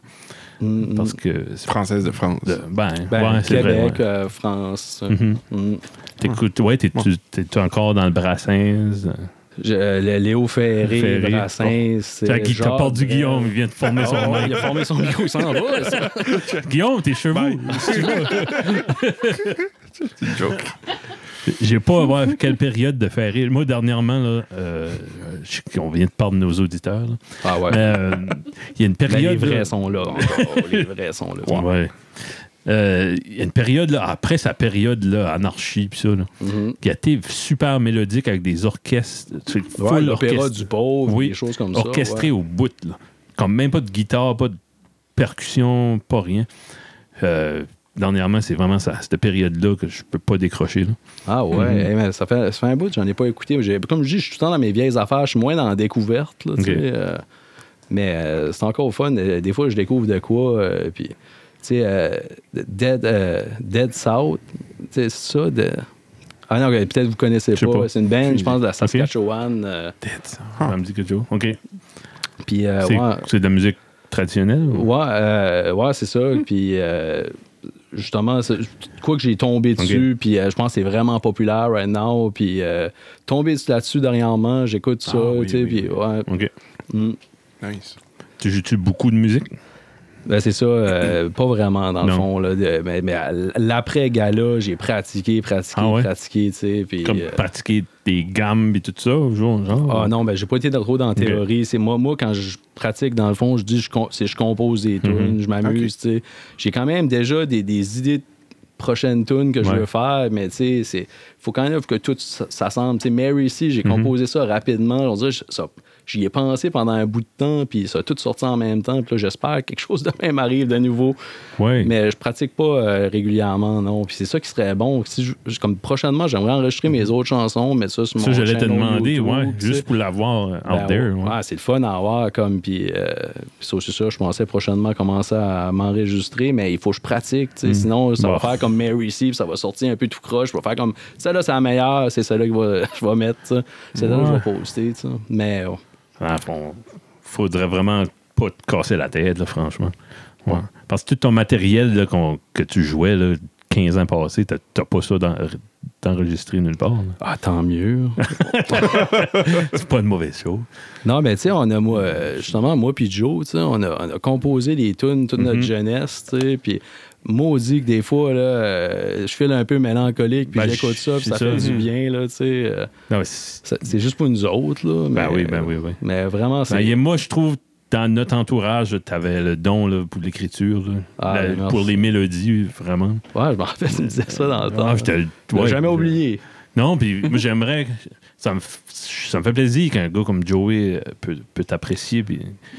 C: mm, mm,
B: Parce que. c'est-
A: Française de France.
B: de- ben,
C: ben,
B: ouais, c'est vrai.
C: Québec,
B: ouais.
C: euh, France.
B: Mhm.
C: mm.
B: T'écoutes, ouais, t'es, tu t'es encore dans le Brassens. euh,
C: Je- euh, le Léo Ferré,
B: Ferré.
C: Brassens. c'est
B: T'as Guy- t'as
C: Jacques
B: perdu
C: Brel.
B: Guillaume, il vient de former
C: Ah
B: son
C: ouais, il
B: mec.
C: a formé son micro, il s'en va. ça.
B: Guillaume, t'es chez
C: Ben,
B: vous.
A: Bye. C'est une joke.
B: J'ai pas à voir quelle période de Ferré. Moi, dernièrement, là, euh, je- on vient de parler de nos auditeurs. là.
C: Ah ouais.
B: Mais, euh, il y a une
C: Mais Ben, les
B: période.
C: vrais
B: là-
C: sont là. encore, les vrais sont là.
B: Ouais. Euh, Il y a une période, là, après sa période, là, anarchie, puis ça, là,
C: Mhm.
B: qui a été super mélodique avec des orchestres. tu sais,
C: Ouais,
B: full
C: L'opéra
B: orchestre-
C: du pauvre,
B: Oui.
C: des choses comme ça.
B: orchestré au bout. Là. Comme même pas de guitare, pas de percussion, pas rien. Euh, dernièrement, c'est vraiment ça, cette période-là que je peux pas décrocher. là.
C: Ah ouais,
B: Mhm.
C: eh ben, ça, fait, ça fait un bout, que j'en ai pas écouté. mais j'ai- Comme je dis, je suis tout le temps dans mes vieilles affaires, je suis moins dans la découverte. là, tu
B: Ok.
C: sais, euh, mais euh, c'est encore fun. Euh, Des fois, je découvre de quoi. euh, puis, tu sais, euh, Dead, euh, Dead South, tu sais, c'est ça. De... Ah non, ok, peut-être vous connaissez
B: Je sais
C: pas.
B: pas.
C: C'est une band, je pense, de la
B: Ok.
C: Saskatchewan. euh,
B: Ça me dit quelque chose. OK.
C: puis, euh,
B: c'est,
C: ouais.
B: c'est de la musique traditionnelle? ou-
C: Ouais, euh, ouais c'est ça.
B: Hmm.
C: Puis euh, justement, c'est- quoi que j'ai tombé dessus, puis euh, je pense que c'est vraiment populaire right now. Puis euh, tombé là-dessus dernièrement, j'écoute ça.
B: Ah, oui,
C: tu sais,
B: oui,
C: puis,
B: oui.
C: ouais.
B: OK.
C: Mm.
A: Nice.
B: Tu joues-tu beaucoup de musique?
C: Ben, c'est ça, euh, pas vraiment dans le
B: Non.
C: fond. Là, de- mais mais à l'après-gala, j'ai pratiqué, pratiqué,
B: Ah ouais?
C: pratiqué. tu sais, Puis,
B: Comme
C: euh,
B: pratiquer des gammes et tout ça? ou Genre, genre-
C: Ah non, ben j'ai pas été trop dans la théorie. C'est moi, moi, quand je pratique, dans le fond,
B: Mhm.
C: je dis je, com- c'est je compose des tunes, je m'amuse, tu sais. J'ai quand même déjà des, des idées de prochaine tune que je
B: Ouais.
C: veux faire, mais tu sais, c'est faut quand même que tout s- s'assemble. Tu sais, Mary ici,
B: Mhm.
C: j'ai composé ça rapidement. On dirait, je- ça- j'y ai pensé pendant un bout de temps, puis ça a tout sorti en même temps. Puis là, j'espère que quelque chose de même arrive de nouveau.
B: Ouais.
C: Mais je pratique pas euh, régulièrement, non. Puis c'est ça qui serait bon. Si je- je- comme prochainement, j'aimerais enregistrer mes autres chansons, mettre ça sur
B: Mhm. ça,
C: mon
B: j'allais te
C: channel
B: demander,
C: YouTube,
B: ouais,
C: tu sais.
B: juste pour l'avoir euh,
C: Ben
B: out there.
C: ouais,
B: ouais.
C: ouais, c'est le fun à avoir comme puis euh, puis ça c'est ça je pensais prochainement commencer à m'enregistrer mais il faut que je pratique tu sais, sinon ça
B: Bon.
C: va faire comme Mary C puis ça va sortir un peu tout croche je vais faire comme ça là c'est la meilleure c'est celle-là que va- je vais mettre tu sais. c'est là que je vais poster tu sais. mais euh,
B: Ah, bon, faudrait vraiment pas te casser la tête, là, franchement. Ouais. Parce que tout ton matériel là, qu'on- que tu jouais là, 15 ans passés, t'as t'as pas ça dans- d'enregistré nulle part. là.
C: ah tant mieux
B: C'est pas une mauvaise chose.
C: Non, mais tu sais, on a, moi, euh, justement, moi puis Joe, tu sais, on a, on a composé des tunes toute notre jeunesse, tu sais, puis maudit que des fois, là, euh, je file un peu mélancolique, puis
B: Ben,
C: j'écoute ça, puis
B: c'est
C: ça,
B: ça.
C: fait du bien, là, tu sais. euh,
B: Non, mais c'est-
C: ça- c'est juste pour nous autres, là. Mais, euh,
B: Ben oui, ben oui, oui.
C: Mais vraiment,
B: Ben,
C: c'est...
B: et moi, je trouve, dans notre entourage, t'avais le don là, pour l'écriture, là.
C: Ah,
B: La-
C: ben, merci.
B: pour les mélodies, vraiment.
C: Ouais, je m'en rappelle, tu me disais ça dans le temps.
B: Ah, je te-
C: Je l'ai
B: ouais,
C: jamais
B: je-
C: oublié.
B: Non, puis moi, j'aimerais. Ça me, f- ça me fait plaisir qu'un gars comme Joey euh, peut, peut t'apprécier. puis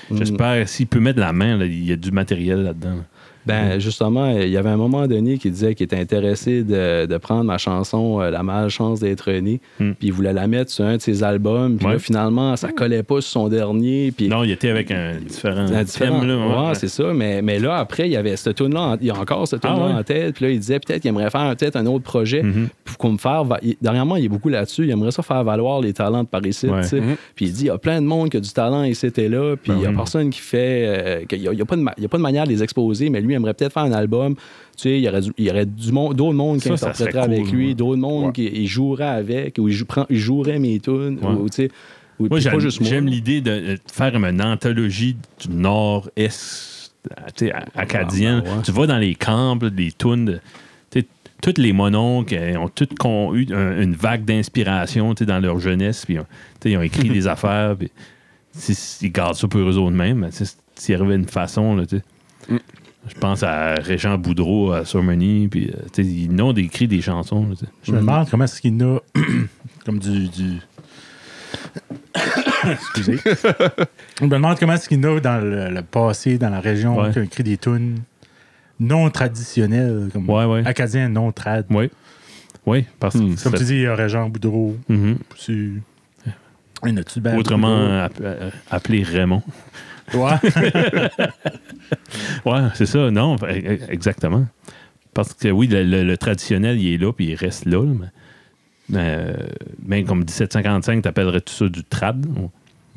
C: Mm.
B: J'espère, s'il peut mettre la main, là, il y a du matériel là-dedans. là.
C: Ben, justement, il y avait un moment donné qui disait qu'il était intéressé de, de prendre ma chanson euh, La malchance d'être né,
B: Mm.
C: puis il voulait la mettre sur un de ses albums, puis
B: Ouais.
C: là, finalement, ça collait pas sur son dernier, puis
B: Non, il était avec un différent
C: C'est indifférent.
B: thème. Là,
C: ouais,
B: ouais.
C: c'est ça. Mais, mais là, après, il y avait cette tune là il y a encore cette tune là
B: Ah ouais? Mm-hmm.
C: en tête. Puis là, il disait peut-être qu'il aimerait faire peut-être un autre projet pour qu'on me faire. va- il- Dernièrement, il est beaucoup là-dessus. Il aimerait ça faire valoir les talents de par ici.
B: Ouais. Mm-hmm.
C: tu sais. Puis il dit il y a plein de monde qui a du talent ici et là. Puis il y a personne qui fait. euh, qu'il y a- il n'y a, pas de ma- il y a pas de manière de les exposer. Mais lui, il aimerait peut-être faire un album. Tu sais, il y aurait, du- il y aurait du monde- d'autres mondes qui
B: Ça, ça
C: interpréteraient
B: serait
C: avec
B: cool,
C: lui,
B: ouais.
C: d'autres mondes
A: Ouais.
C: qui il jouerait avec, ou il, jou- prend- il jouerait mes tunes.
B: Ouais.
C: ou, tu sais, ou-
B: Moi,
C: puis pas
B: j'aime,
C: juste moi.
B: j'aime l'idée de euh, de faire comme une anthologie du Nord-Est euh, tu sais, a- acadien.
C: Ah, ben ouais.
B: Tu vas dans les camps, là, des tunes. de- tu sais, Toutes les mononcles euh, ont toutes con- eu un- une vague d'inspiration tu sais, dans leur jeunesse. Puis, euh, tu sais, ils ont écrit des affaires. Puis, si- si- ils gardent ça pour eux autres mêmes. mais, tu sais, S'il y avait une façon, là, tu sais.
C: Mm.
B: je pense à Régent Boudreau, à Surmony. Puis, euh, tu sais, ils ont écrit des chansons. là, tu sais.
D: Je me demande comment est-ce qu'il y en a comme du. du... Excusez. Je me demande comment est-ce qu'il y en a dans le, le passé, dans la région,
B: Ouais.
D: qui a écrit des tunes non traditionnelles, comme
B: Ouais, ouais. Mhm.
D: acadiens non trad.
B: Oui. Oui, parce que.
C: Hmm.
D: Comme
B: ça-
D: tu dis, il y aurait Jean Boudreau.
B: Mhm.
D: Tu... Il y en a-tu ben
B: Autrement euh, app- euh, appelé Raymond.
D: Boudreau? Ouais.
B: Ouais, c'est ça. Non, e- e- exactement. Parce que oui, le, le- le traditionnel, il est là, puis il reste là. là, mais, euh, même comme 1755, t'appellerais tout ça du trad.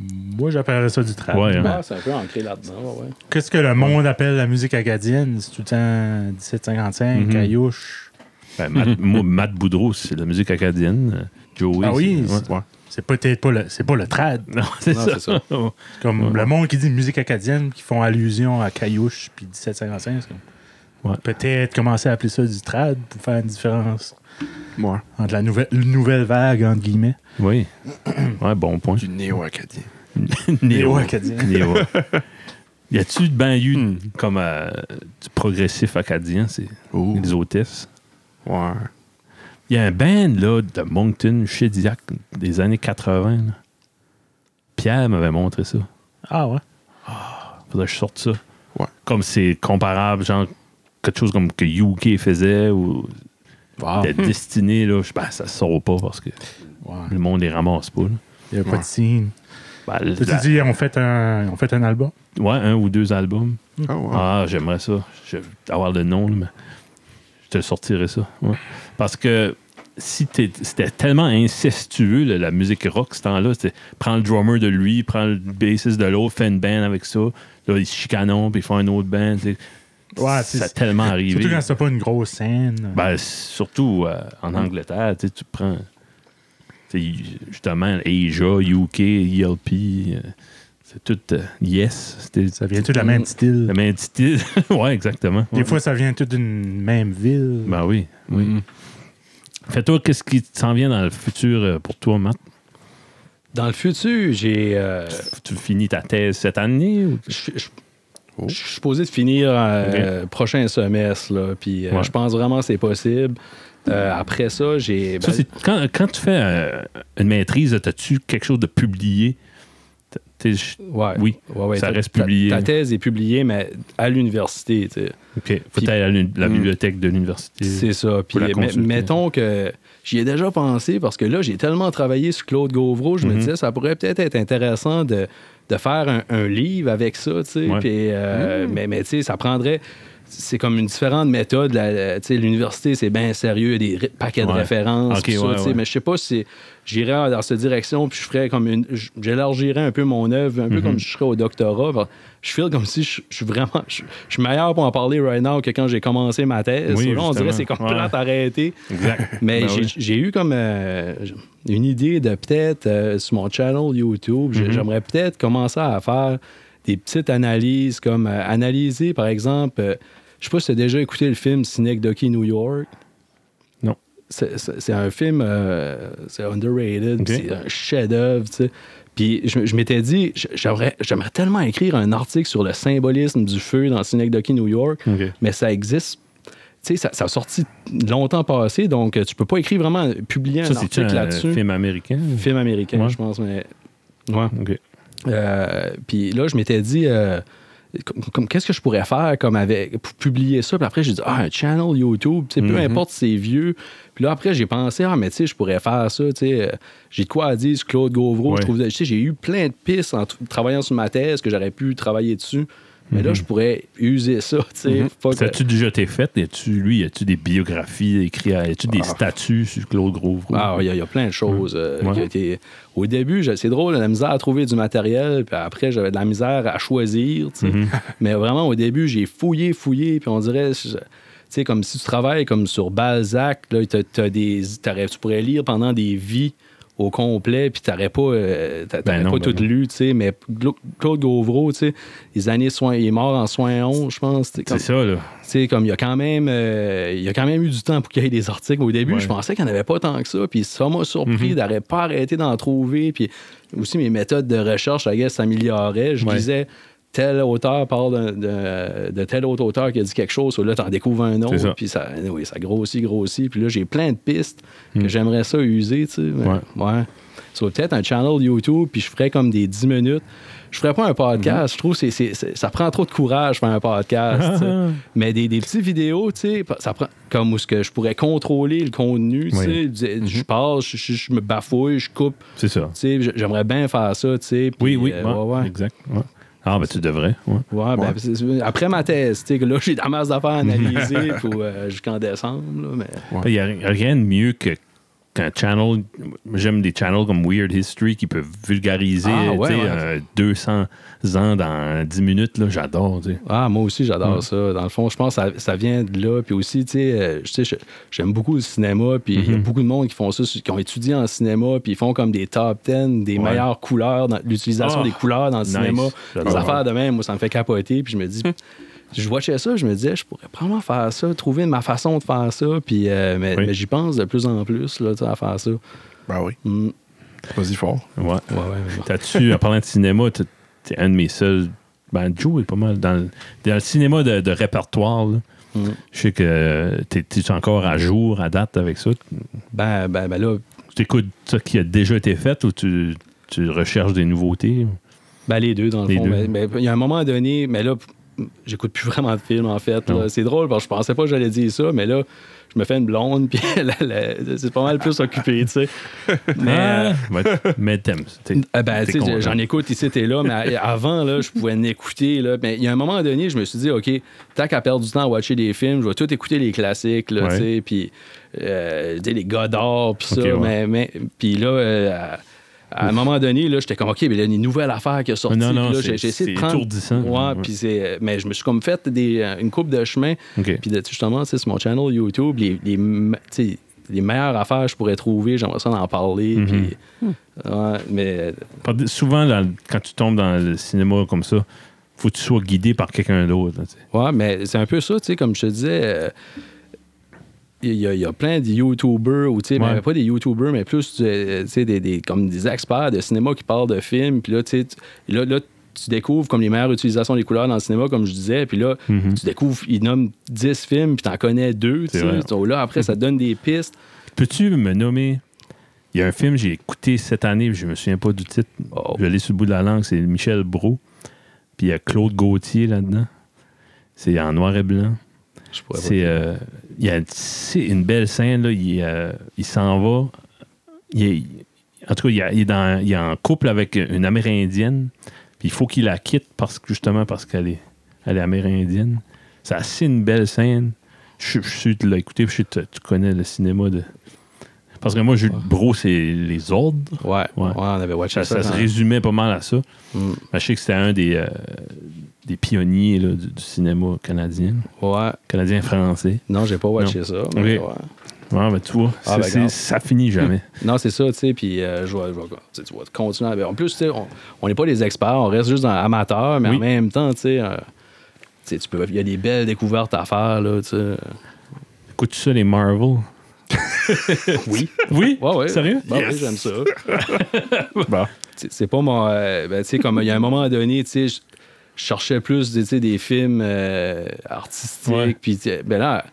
D: Moi, j'appellerais ça du trad.
B: Ouais, hein.
C: Ouais, Ah, c'est un peu ancré là-dedans. ouais, ouais.
D: Qu'est-ce que le monde appelle la musique acadienne? C'est tout le temps 1755,
B: Mhm.
D: Caillouche.
B: Ben, Matt, moi, Matt Boudreau, c'est de la musique acadienne. euh, Joey.
D: Ah oui,
B: c'est- ouais.
D: c'est c'est peut-être pas le, c'est pas le trad.
B: Non, c'est
C: Non,
B: ça.
C: c'est ça.
D: C'est Comme le monde qui dit musique acadienne, qui font allusion à Caillouche puis 1755, c'est comme-
B: Ouais.
D: Peut-être commencer à appeler ça du trad pour faire une différence
A: Moi,
D: entre la nouvelle, nouvelle vague, entre guillemets.
B: Oui. Ouais, bon point.
A: du néo-acadien.
D: Néo-acadien.
B: Néo. Y a-tu ben eu comme euh, du progressif acadien, c'est
A: Ouh.
B: les hôtesses?
A: Ouais.
B: Il y a un band là, de Moncton, Shediac, des années 80. là. Pierre m'avait montré ça.
D: Ah ouais.
B: Faudrait que je sorte ça.
A: Ouais.
B: Comme c'est comparable, genre quelque chose comme que UK faisait ou
C: Wow.
B: la destinée, là, je ben, ça sort pas parce que le monde les ramasse pas. là.
D: Il n'y a pas de signe.
B: Ben, la-
D: Tu dis, on fait un, on fait un album.
B: ouais, un ou deux albums.
A: Ah, ouais.
B: Ah, j'aimerais ça. Je vais avoir le nom, là, mais je te sortirai ça. ouais. Parce que si t'es- c'était tellement incestueux, là, la musique rock, ce temps-là, c'était prends le drummer de lui, prends le bassiste de l'autre, fais une band avec ça. Là, ils se chicanent, puis ils font une autre band. tu sais.
D: Ouais, c'est-
B: ça a tellement arrivé.
D: Surtout quand c'est pas une grosse scène.
B: Ben, surtout euh, en Angleterre, tu sais, tu prends tu sais, justement Asia, UK, ELP, euh, c'est tout euh, Yes, c'était
D: ça vient tout de la même style.
B: la même style. ouais, exactement.
D: Des
B: Ouais.
D: fois, ça vient tout d'une même ville.
B: Ben oui, oui.
C: Mhm.
B: Fais-toi, qu'est-ce qui s'en vient dans le futur euh, pour toi, Matt?
C: Dans le futur, j'ai. euh,
B: Tu finis ta thèse cette année? Ou...
C: je- je-
A: Oh.
C: Je suis supposé de finir euh, prochain semestre, là, puis euh,
B: Ouais.
C: je pense vraiment que c'est possible. Euh, après ça, j'ai.
B: Ça,
C: ben,
B: c'est- quand, quand tu fais euh, une maîtrise, as-tu quelque chose de publié? T'as- t'es- j-
C: ouais.
B: Oui,
C: Ouais, ouais,
B: ça
C: ta-
B: reste
C: ta-
B: publié.
C: Ta, thèse est publiée, mais à l'université, tu sais.
B: OK. Faut
C: Puis- Mhm.
B: aller à l'uni- la
A: Mm.
B: bibliothèque de l'université.
C: C'est ça. Puis
B: la
C: mais-
B: consulter.
C: mettons que j'y ai déjà pensé parce que là, j'ai tellement travaillé sur Claude Gauvreau, je me
B: Mhm.
C: disais, ça pourrait peut-être être intéressant de, de faire un, un livre avec ça, tu sais.
B: Ouais. Mhm.
C: Puis, euh, Mais, mais tu sais, ça prendrait. C'est comme une différente méthode. la- la- tu sais, L'université, c'est bien sérieux, il y a des ri- paquets de
B: Ouais.
C: références.
B: Ok,
C: puis ça,
B: ouais,
C: tu sais,
B: ouais.
C: Mais je sais pas si j'irais dans cette direction, puis je ferais comme une. j- J'élargirais un peu mon œuvre, un peu
B: Mhm.
C: comme je serais au doctorat. Parce que Je feel comme si je je suis vraiment. Je je suis meilleur pour en parler right now que quand j'ai commencé ma thèse.
B: Oui,
C: Ça, là, on
B: justement.
C: dirait que c'est comme
B: Ouais.
C: plate arrêté.
B: Exact.
C: Mais
B: Ben
C: j'ai-
B: oui.
C: j'ai eu comme euh, une idée de peut-être euh, sur mon channel YouTube,
B: Mhm.
C: j'ai- j'aimerais peut-être commencer à faire des petites analyses, comme euh, analyser par exemple, euh, je sais pas si tu as déjà écouté le film Snake Ducky New York.
B: Non.
C: C'est- C'est c'est un film, euh, c'est underrated,
B: Ok.
C: puis c'est un chef-d'œuvre, tu sais. Puis je, je m'étais dit, j- j'aimerais j'aimerais tellement écrire un article sur le symbolisme du feu dans Snake Ducky New York,
B: Ok.
C: mais ça existe. Tu sais, ça, ça a sorti longtemps passé, donc euh, tu peux pas écrire vraiment, publier
B: Ça,
C: un
B: c'est
C: article
B: un
C: là-dessus. Film,
B: film américain?
C: américain,
B: Ouais.
C: je pense, mais. Ouais.
B: OK.
C: Euh, puis là, je m'étais dit, euh, comme- comme, qu'est-ce que je pourrais faire comme avec, pour publier ça? Puis après, j'ai dit, ah, un channel YouTube, tu sais,
B: Mhm.
C: peu importe c'est vieux. Puis là, après, j'ai pensé, ah, mais tu sais, je pourrais faire ça, tu sais, euh, j'ai de quoi à dire sur Claude Gauvreau.
B: Ouais.
C: Je trouve, tu sais, j'ai eu plein de pistes en t- travaillant sur ma thèse que j'aurais pu travailler dessus. Mais là, je pourrais user ça, tu sais. pas que-
B: Mhm. Ça a-tu déjà été fait? Y a-tu, lui, y a-tu des biographies écrites? à- Y a-tu des statues sur Claude Grouvre?
C: Ah, il y, a- il y a plein de choses. euh,
B: Ouais.
C: qui ont été- Au début, j'ai- c'est drôle, la misère à trouver du matériel, puis après, j'avais de la misère à choisir. tu sais.
B: Mm-hmm.
C: Mais vraiment, au début, j'ai fouillé, fouillé, puis on dirait. je- Tu sais, comme si tu travailles comme sur Balzac, là, t'as- t'as des, t'aurais- tu pourrais lire pendant des vies au complet, puis t'aurais pas, euh, t'a- t'aurais
B: non,
C: pas
B: ben
C: tout
B: non.
C: lu, tu sais, mais Glo- Claude Gauvreau, tu sais, les années soins, il est mort en soins 11, je pense. tu sais,
B: C'est
C: comme-
B: ça, là.
C: tu sais, comme il y a quand même euh, il y a quand même eu du temps pour qu'il y ait des articles. Au début,
B: Ouais. Mhm.
C: je pensais qu'il n'y en avait pas tant que ça, puis ça m'a surpris d'arrêter pas arrêté d'en trouver, puis aussi mes méthodes de recherche, I guess, s'amélioraient. Je
B: Ouais.
C: disais tel auteur parle d'un- d'un- de, tel autre auteur qui a dit quelque chose, là, t'en découvres un
B: C'est ça.
C: autre, puis ça, oui, ça grossit, grossit, puis là, j'ai plein de pistes que j'aimerais ça user, tu sais. mais-
B: Mhm. Ouais.
C: ouais. Ça serait peut-être un channel YouTube, puis je ferais comme des 10 minutes. Je ferais pas un podcast.
B: Mhm.
C: Je trouve que c'est- c'est- c'est- ça prend trop de courage faire un podcast. tu sais. Mais des, des petites vidéos, tu sais, pa- ça prend comme où ce que je pourrais contrôler le contenu, tu sais.
B: Oui.
C: Je- Je parle, je, je- je me bafouille, je coupe.
B: C'est ça.
C: Tu sais, j- j'aimerais bien faire ça, tu sais.
B: Oui,
C: puis,
B: oui.
C: euh,
B: ouais,
C: ouais, ouais.
B: Exact. ouais. Ah, ben tu devrais. ouais.
C: Ouais, ben,
A: Ouais.
C: c'est- c'est- après ma thèse, tu sais, que là, j'ai de la masse d'affaires à analyser pour, euh, jusqu'en décembre, là, mais...
B: Il n'y a ri- rien de mieux que qu'un channel. J'aime des channels comme Weird History qui peuvent vulgariser
C: Ah, ouais,
B: tu sais,
C: ouais.
B: euh, 200 ans dans 10 minutes. là, J'adore. tu sais.
C: Ah, moi aussi,
B: Mm.
C: j'adore ça. Dans le fond, je pense que ça, ça vient de là. Puis aussi, tu sais, euh, je sais, je- j'aime beaucoup le cinéma. Puis
B: Mm-hmm.
C: il y a beaucoup de monde qui font ça, qui ont étudié en cinéma. Puis ils font comme des top 10 des
B: Ouais.
C: meilleures couleurs, dans- l'utilisation
B: Ah,
C: des couleurs dans le
B: nice.
C: cinéma.
B: J'adore. Mm.
C: Des affaires de même, moi, ça me fait capoter. Puis je me dis, je watchais ça, je me disais, je pourrais probablement faire ça, trouver ma façon de faire ça. Puis euh, mais,
B: Oui.
C: mais j'y pense de plus en plus, là, tu sais, à faire ça.
A: Ben oui.
C: Mm.
A: Vas-y fort.
B: Ouais.
C: Ouais, ouais, mais bon.
B: T'as-tu, en parlant de cinéma, t'es t'es un de mes seuls. Ben, Joe est pas mal dans le, dans le cinéma de, de répertoire. là.
C: Mhm.
B: Je sais que t'es, t'es encore à jour, à date avec ça.
C: Ben, ben, ben là,
B: Tu écoutes ça qui a déjà été fait ou tu, tu recherches des nouveautés?
C: Ben, les deux, dans le
B: Les
C: fond.
B: deux.
C: Mais- mais Il y a un moment donné, mais là, p- j'écoute plus vraiment de films, en fait. là.
B: Non.
C: C'est drôle parce que je pensais pas que j'allais dire ça, mais là, je me fais une blonde, puis la- la- c'est pas mal plus occupé, tu sais. Mais.
B: Ah, mais, mais t'aimes. T'es-
C: euh, ben,
B: t'es hein?
C: tu sais,
B: content.
C: j'en écoute ici, t'es là, mais a- avant, là, je pouvais n'écouter, là. Mais il y a un moment donné, je me suis dit, OK, tant qu'à perdre du temps à watcher des films, je vais tout écouter les classiques, là,
B: Ouais.
C: tu sais, puis, euh, tu sais, les Godard, puis ça,
B: Ok, ouais.
C: mais, mais- puis là, euh, à, à un moment donné, là, j'étais comme, OK, mais là, il y a une nouvelle affaire qui a sorti,
B: Non, non,
C: puis là,
B: c'est-
C: j'ai j'ai essayé de
B: c'est
C: prendre...
B: étourdissant.
C: Ouais, puis c'est... euh, Mais je me suis comme fait des, euh, une coupe de chemin,
B: OK.
C: puis de- justement, tu sais, sur mon channel YouTube, les, les, me- tu sais, les meilleures affaires que je pourrais trouver, j'aimerais ça en parler. puis- Ouais, mais
B: Par- Souvent, dans- quand tu tombes dans le cinéma comme ça, faut que tu sois guidé par quelqu'un d'autre. là, tu sais.
C: Ouais, mais c'est un peu ça, tu sais, comme je te disais. euh, Il y, a- il y a plein de YouTubers, ou tu sais,
B: Ouais.
C: mais pas des YouTubers, mais plus euh, tu sais, des, des- comme des experts de cinéma qui parlent de films. Puis là, tu sais, tu- là, là, tu découvres comme les meilleures utilisations des couleurs dans le cinéma, comme je disais. Puis là, tu découvres, ils nomment 10 films, puis t'en connais deux.
B: Mhm. C'est
C: tu sais.
B: vrai.
C: Donc là, après, ça te donne des pistes.
B: Peux-tu me nommer. Il y a un film que j'ai écouté cette année, puis je me souviens pas du titre.
C: Oh.
B: Je l'ai sur le bout de la langue, c'est Michel Brault. Puis il y a Claude Gauthier là-dedans. C'est en noir et blanc.
C: Je pourrais pas-
B: C'est euh, il y a c'est une belle scène là, il, euh, il s'en va. Il est- en tout cas, il, a- il est dans- il est en couple avec une Amérindienne. Puis il faut qu'il la quitte parce que justement parce qu'elle est, elle est Amérindienne. C'est assez une belle scène. Je suis- je suis sûr que tu l'as écouté, puis je suis sûr que tu tu connais le cinéma de. Parce que moi, Jules Bro, c'est les ordres.
C: Ouais, ouais.
B: Ouais.
C: on avait watché
B: Ça,
C: ça.
B: ça se
C: quand-
B: résumait pas mal à ça.
C: Mm.
B: Mais je sais que c'était un des, euh, des pionniers là, du, du cinéma canadien,
C: Ouais.
B: canadien-français.
C: Non, j'ai pas watché ça. mais ouais.
B: Ouais, ben, tu vois,
C: Ah,
B: c'est-
C: ben,
B: c'est-
C: grave.
B: ça finit jamais.
C: Non, c'est ça, tu sais, puis euh, je vais, je vais- tu sais, tu vas continuer. à- En plus, tu sais, on- on n'est pas des experts, on reste juste dans amateur, mais
B: Oui.
C: en même temps, tu sais, euh, tu sais, tu peux- il y a des belles découvertes à faire, là, tu sais.
B: Écoutes-tu ça, les Marvel?
C: Oui.
B: Oui?
C: Ouais, ouais.
B: Sérieux?
C: Ben
A: Yes.
C: oui, j'aime ça.
A: Bon.
C: C'est- c'est pas mon. euh, ben, tu sais, comme il y a un moment donné, tu sais, je je cherchais plus des, tu sais, des films euh,
B: Ouais.
C: artistiques. Puis, tu sais, ben là,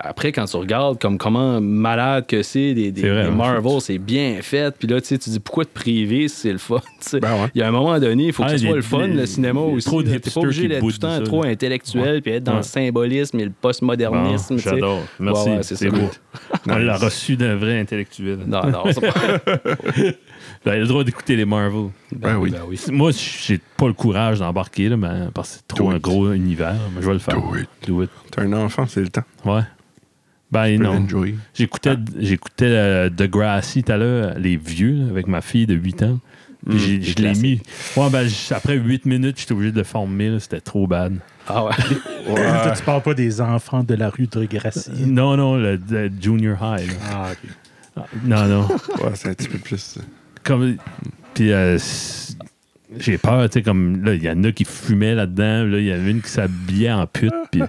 C: après, quand tu regardes comme comment malade que c'est, des, des,
B: C'est vrai,
C: des
B: hein.
C: Marvel, c'est bien fait. Puis là, tu sais, tu dis pourquoi te priver si c'est le fun, tu sais.
A: Ben ouais.
C: Il y a un moment donné, il faut
B: Ah,
C: que ce
B: il y a
C: soit le
B: des-
C: fun, le cinéma
B: il y a
C: aussi.
B: trop de
C: là. T'es pas
B: hipsters
C: obligé
B: qui
C: d'être tout le
B: boutent
C: temps
B: ça,
C: trop
B: là.
C: intellectuel, puis être dans
B: Ouais.
C: le symbolisme et le
B: Bon,
C: postmodernisme. tu sais.
B: J'adore. Merci.
C: Ouais, ouais, c'est
B: c'est
C: ça.
B: beau. On l'a reçu d'un vrai intellectuel. Ben,
C: Non, non, c'est pas-
B: Il a le droit d'écouter les Marvel.
A: Ben oui.
C: Ben oui.
B: Moi, j'ai pas le courage d'embarquer, là, mais- parce que c'est trop
A: Do
B: un
A: it.
B: gros univers. Mais je vais le faire.
A: Do it.
B: Do it.
A: T'es un enfant, c'est le temps.
B: Ouais. Ben
A: Tu peux
B: non.
A: l'enjoyer.
B: J'écoutais j'écoutais euh, Degrassi tout à l'heure, les vieux, là, avec ma fille de 8 ans.
C: Mm,
B: Puis j'ai- je l'ai mis. Ouais, ben, j- après 8 minutes, j'étais obligé de le former. là, C'était trop bad.
C: Ah ouais.
D: Toi, tu parles pas des enfants de la rue de Gracie.
B: Non, non, le, le junior high. là.
D: Ah, ok.
B: Ah, Non, non.
A: Ouais, c'est un petit peu plus. euh,
B: Comme, puis euh, c'est- j'ai peur, tu sais, comme là, il y en a qui fumaient là-dedans. Là, il y en a une qui s'habillait en pute. Puis,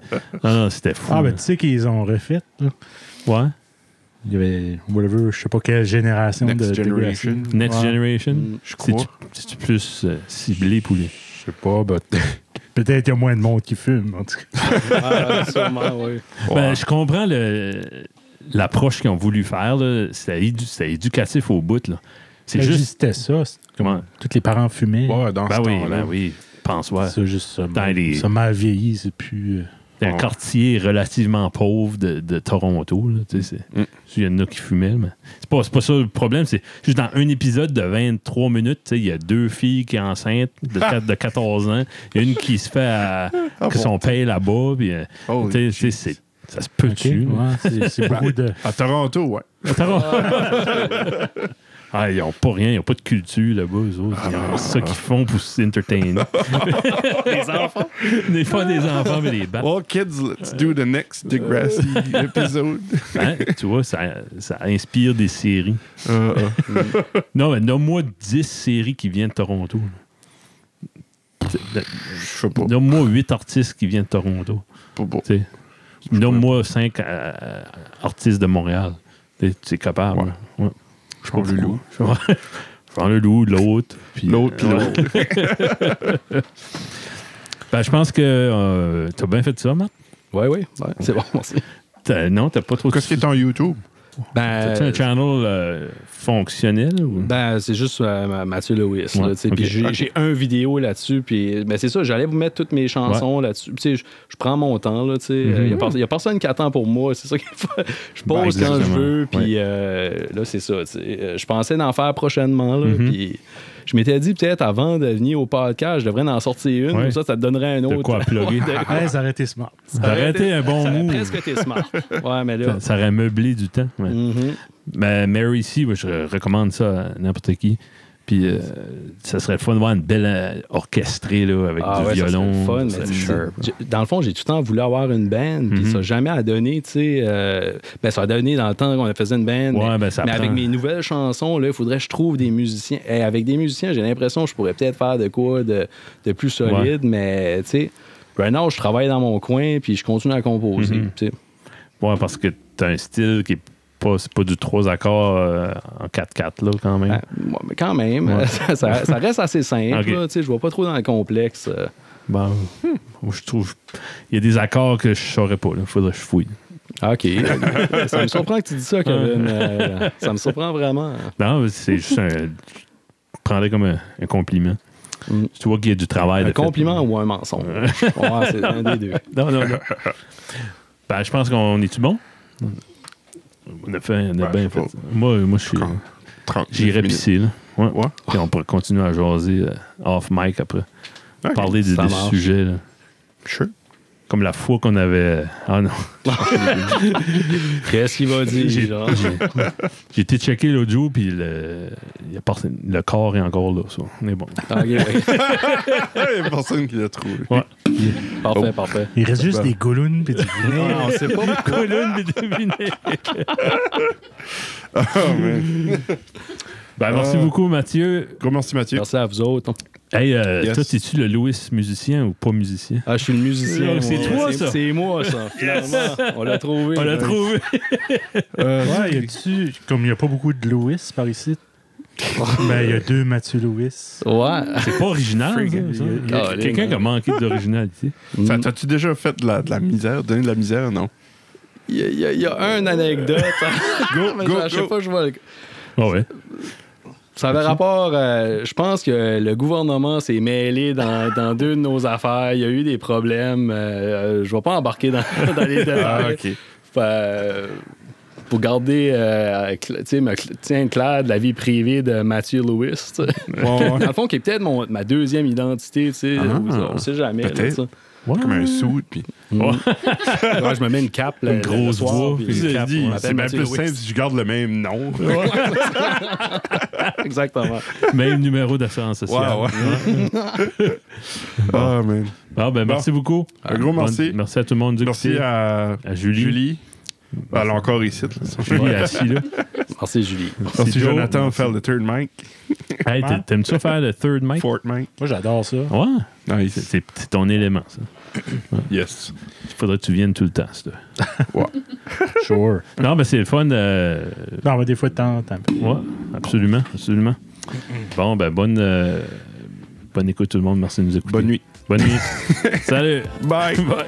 B: non, non, c'était fou.
D: Ah, ben
B: là.
D: tu sais qu'ils ont refait. là.
B: ouais.
D: Il y avait, whatever, je sais pas quelle génération
A: Next
D: de de
A: Generation.
D: Gracie.
B: Next
D: Ouais. Mm.
B: Generation.
A: Je
B: C'est-tu
A: crois.
B: c'est-tu plus euh, ciblé pour les.
D: Je sais pas, but- peut-être qu'il y a moins de monde qui fume, en tout cas.
C: Ah, sûrement, oui.
B: Ben, je comprends le- l'approche qu'ils ont voulu faire. là. C'était édu- c'était éducatif au bout. là. C'est
D: Mais
B: juste.
D: Ben, C'était ça. c'est-
B: Comment?
D: Tous les parents fumaient.
A: Ouais, dans
B: Ben
A: ce
B: oui,
A: temps-là.
B: ben oui. Pense, ouais.
D: C'est juste ça.
B: Dans les-
D: Ça mal vieilli, c'est plus. euh,
B: C'est un
A: Ouais.
B: quartier relativement pauvre de, de Toronto. là, tu sais, c'est-
A: Mm.
B: Il y en a qui fumaient, mais c'est pas, c'est pas ça le problème. C'est juste dans un épisode de 23 minutes, tu sais, il y a deux filles qui sont enceintes de, quatre- de 14 ans. Il y a une qui se fait à-
A: Ah,
B: que
A: bon.
B: son père là-bas. puis, euh,
A: Oh,
B: tu sais, c'est- ça se peut-tu?
D: ok,
B: là?
D: ouais, c'est- c'est beaucoup de.
A: À Toronto, ouais.
B: À Toronto. Ah, ils n'ont pas rien, ils n'ont pas de culture là-bas, eux autres. Ils ont ça qu'ils font pour s'entertainer. des enfants? Des fois des enfants, mais des bats.
A: Well, kids, let's do the next Degrassi episode.
B: Hein? Tu vois, ça, ça inspire des séries.
A: Euh,
B: Non, mais nomme-moi 10 séries qui viennent de Toronto.
A: je sais pas.
B: Nomme-moi 8 artistes qui viennent de Toronto.
A: pas, pas.
B: tu sais. Nomme-moi 5 artistes de Montréal. Tu sais, C'est capable. hein.
A: Ouais.
B: Ouais.
A: Je prends le loup.
B: Ouais. Jean Leloup, l'autre. puis- euh,
A: L'autre, puis
B: Ouais.
A: l'autre.
B: Ben, je pense que euh, t'as bien fait ça, Matt.
C: Oui, oui, ouais, c'est bon, merci.
B: T'as- non, t'as pas trop
A: Qu'est-ce qui est en YouTube?
B: T'as-tu un channel euh, fonctionnel? Ou...
C: Ben, c'est juste euh, Ma- Mathieu Lewis. là,
B: Ouais,
C: tu sais,
B: ok,
C: puis j'ai
A: ok.
C: j'ai un vidéo là-dessus. Puis ben, c'est ça, j'allais vous mettre toutes mes chansons là-dessus. Puis, tu sais, Je je prends mon temps. là, tu sais, euh, Il n'y a, personne qui attend pour moi. C'est ça qu'il faut. Je pose
B: Mhm. Ben,
C: quand je
B: exactement.
C: veux. Puis
B: Ouais.
C: euh, là, c'est ça. tu sais, euh, Je pensais d'en faire prochainement. là,
B: Mhm.
C: Puis je m'étais dit, peut-être avant de venir au podcast, je devrais en sortir une.
B: Ouais.
C: Comme ça, ça te donnerait un
B: De
C: autre.
B: quoi plugger?
D: Ouais, ça aurait été smart.
B: T'as arrêté un bon
C: Ça aurait
B: mot.
C: presque été smart. Ouais, mais là.
B: Ça, ça aurait meublé du temps. Mais,
C: mhm.
B: mais Mary C, moi, je recommande ça à n'importe qui. Puis euh, ça serait le fun de voir une belle euh, orchestrée là, avec
C: Ah
B: du
C: ouais, ça serait
B: violon.
C: le fun,
B: ça
C: mais
B: serait
C: tu-
B: sharp.
C: j'ai- dans le fond, j'ai tout le temps voulu avoir une band, puis
B: Mhm.
C: ça n'a jamais à donner, tu sais. euh, ben, ça a donné dans le temps qu'on faisait une band.
B: Ouais,
C: mais
B: ben, ça
C: mais
B: prend.
C: avec mes nouvelles chansons, là, il faudrait que je trouve des musiciens. Et avec des musiciens, j'ai l'impression que je pourrais peut-être faire de quoi de, de plus solide, mais tu sais, right now, je travaille dans mon coin, puis je continue à composer.
B: Mhm.
C: tu sais.
B: Ouais, parce que t'as un style qui est pas, c'est pas du trois accords euh, en 4-4, là, quand même.
C: Ah, bon, mais quand même,
B: Ouais.
C: ça, ça- ça reste assez simple.
B: Ok.
C: là, tu sais, je vois pas trop dans le complexe. euh.
B: Bon, hmm, moi, je trouve. Il y a des accords que je saurais pas, il faudrait que je fouille.
C: OK. ça me surprend que tu dis ça, Kevin. euh, ça me surprend vraiment. hein.
B: Non, mais c'est juste un. Je prendrais comme un, un compliment.
C: Mm.
B: Tu vois qu'il y a du travail. de
C: Un
B: fait.
C: compliment ou un mensonge? Ouais, c'est un des deux.
B: Non, non, non. ben, je pense qu'on est-tu bon? On a fait, on a
A: Ben,
B: bien
A: je sais
B: fait.
A: pas.
B: Moi, moi je suis.
A: Quand- 30
B: J'irai
A: minutes.
B: pisser, là. Ouais.
A: Ouais.
B: Puis on pourrait continuer à jaser euh, off mic après.
A: Ok.
B: Parler des,
C: Ça
B: des
C: marche.
B: sujets, là.
A: Sure.
B: Comme la fois qu'on avait. Ah non.
C: Qu'est-ce qu'il va dire,
B: J'ai-
C: genre?
B: J'ai été checker l'autre jour, puis le, il y a pas- le corps est encore là, ça. On est bon.
C: OK, OK.
A: Il y a personne qui l'a trouvé.
B: Ouais.
C: Parfait, parfait.
D: Il reste juste
A: Bon.
D: des goulounes pis du vinaigre.
C: Non, c'est pas...
B: Colonne de deviner. Ben, merci
A: Ah.
B: beaucoup, Mathieu.
A: Gros merci, Mathieu.
C: Merci à vous autres.
B: Hey, euh,
A: Yes.
B: toi, t'es-tu le Louis musicien ou pas musicien?
C: Ah, je suis le musicien.
B: Donc, c'est
C: moi.
B: toi,
C: C'est-
B: ça.
C: C'est moi, ça. Finalement, on l'a trouvé.
B: On l'a
C: Ouais.
B: trouvé.
D: Ouais, y a-tu, comme il n'y a pas beaucoup de Lewis par ici, ben il y a deux Mathieu Lewis.
C: Ouais.
B: C'est pas original. ça, ça.
D: Freak.
B: Il y a
C: Ah,
B: Quelqu'un
C: les-
B: qui a manqué d'originalité.
A: Ça, T'as-tu déjà fait de la, de la misère, donné de la misère, non?
C: Il y, a- il y a- il y a une anecdote.
A: Go,
C: Mais
A: go,
C: je sais
A: go.
C: pas, je vois. le-
B: Ah ouais.
C: Ça avait rapport. euh, je pense que le gouvernement s'est mêlé dans, dans deux de nos affaires. Il y a eu des problèmes. euh, euh, je vais pas embarquer dans, dans les détails.
A: Ah, ok.
C: Euh, pour garder, euh, cl- tu sais, me cl- tiens, clair de la vie privée de Mathieu Lewis. tu sais. Dans le fond, qui est peut-être mon- ma deuxième identité, tu sais,
A: Ah,
C: ou ça, on sait jamais. là,
A: peut-être.
C: tu sais.
B: Ouais.
A: Comme un soude, puis
C: Ouais, je me mets une cape, là,
B: Une grosse voix, puis
A: Je
B: une cape,
A: dis,
B: on
A: c'est
C: l'appelle
A: même
C: Mathieu
A: plus
C: Lewis.
A: simple si je garde le même nom. Ouais,
C: Exactement.
B: Même numéro d'assurance sociale.
A: Ah, man.
B: Ah, ben, merci beaucoup.
A: Un gros
B: Bonne-
A: merci.
B: Merci à tout le monde.
A: Merci à
B: à Julie.
A: Julie. Ben, Elle est encore ici. là.
B: Julie assis là.
C: Merci, Julie.
A: Merci
B: Joe.
A: Jonathan de faire le third mic,
B: Hey, t'a- t'aimes ça faire le third mic?
A: fourth mic.
D: Moi j'adore ça.
B: Ouais. C'est-
A: Nice.
B: C'est c'est ton élément, ça.
A: Yes.
B: Il faudrait que tu viennes tout le temps, ça.
A: Ouais.
D: Sure.
B: Non, mais c'est le fun. euh,
D: Non, mais des fois de temps, en temps.
B: ouais, absolument, absolument. Bon, ben, bonne, euh, bonne écoute, tout le monde. Merci de nous écouter.
A: Bonne nuit.
B: Bonne nuit. Salut.
A: Bye.
B: Bye.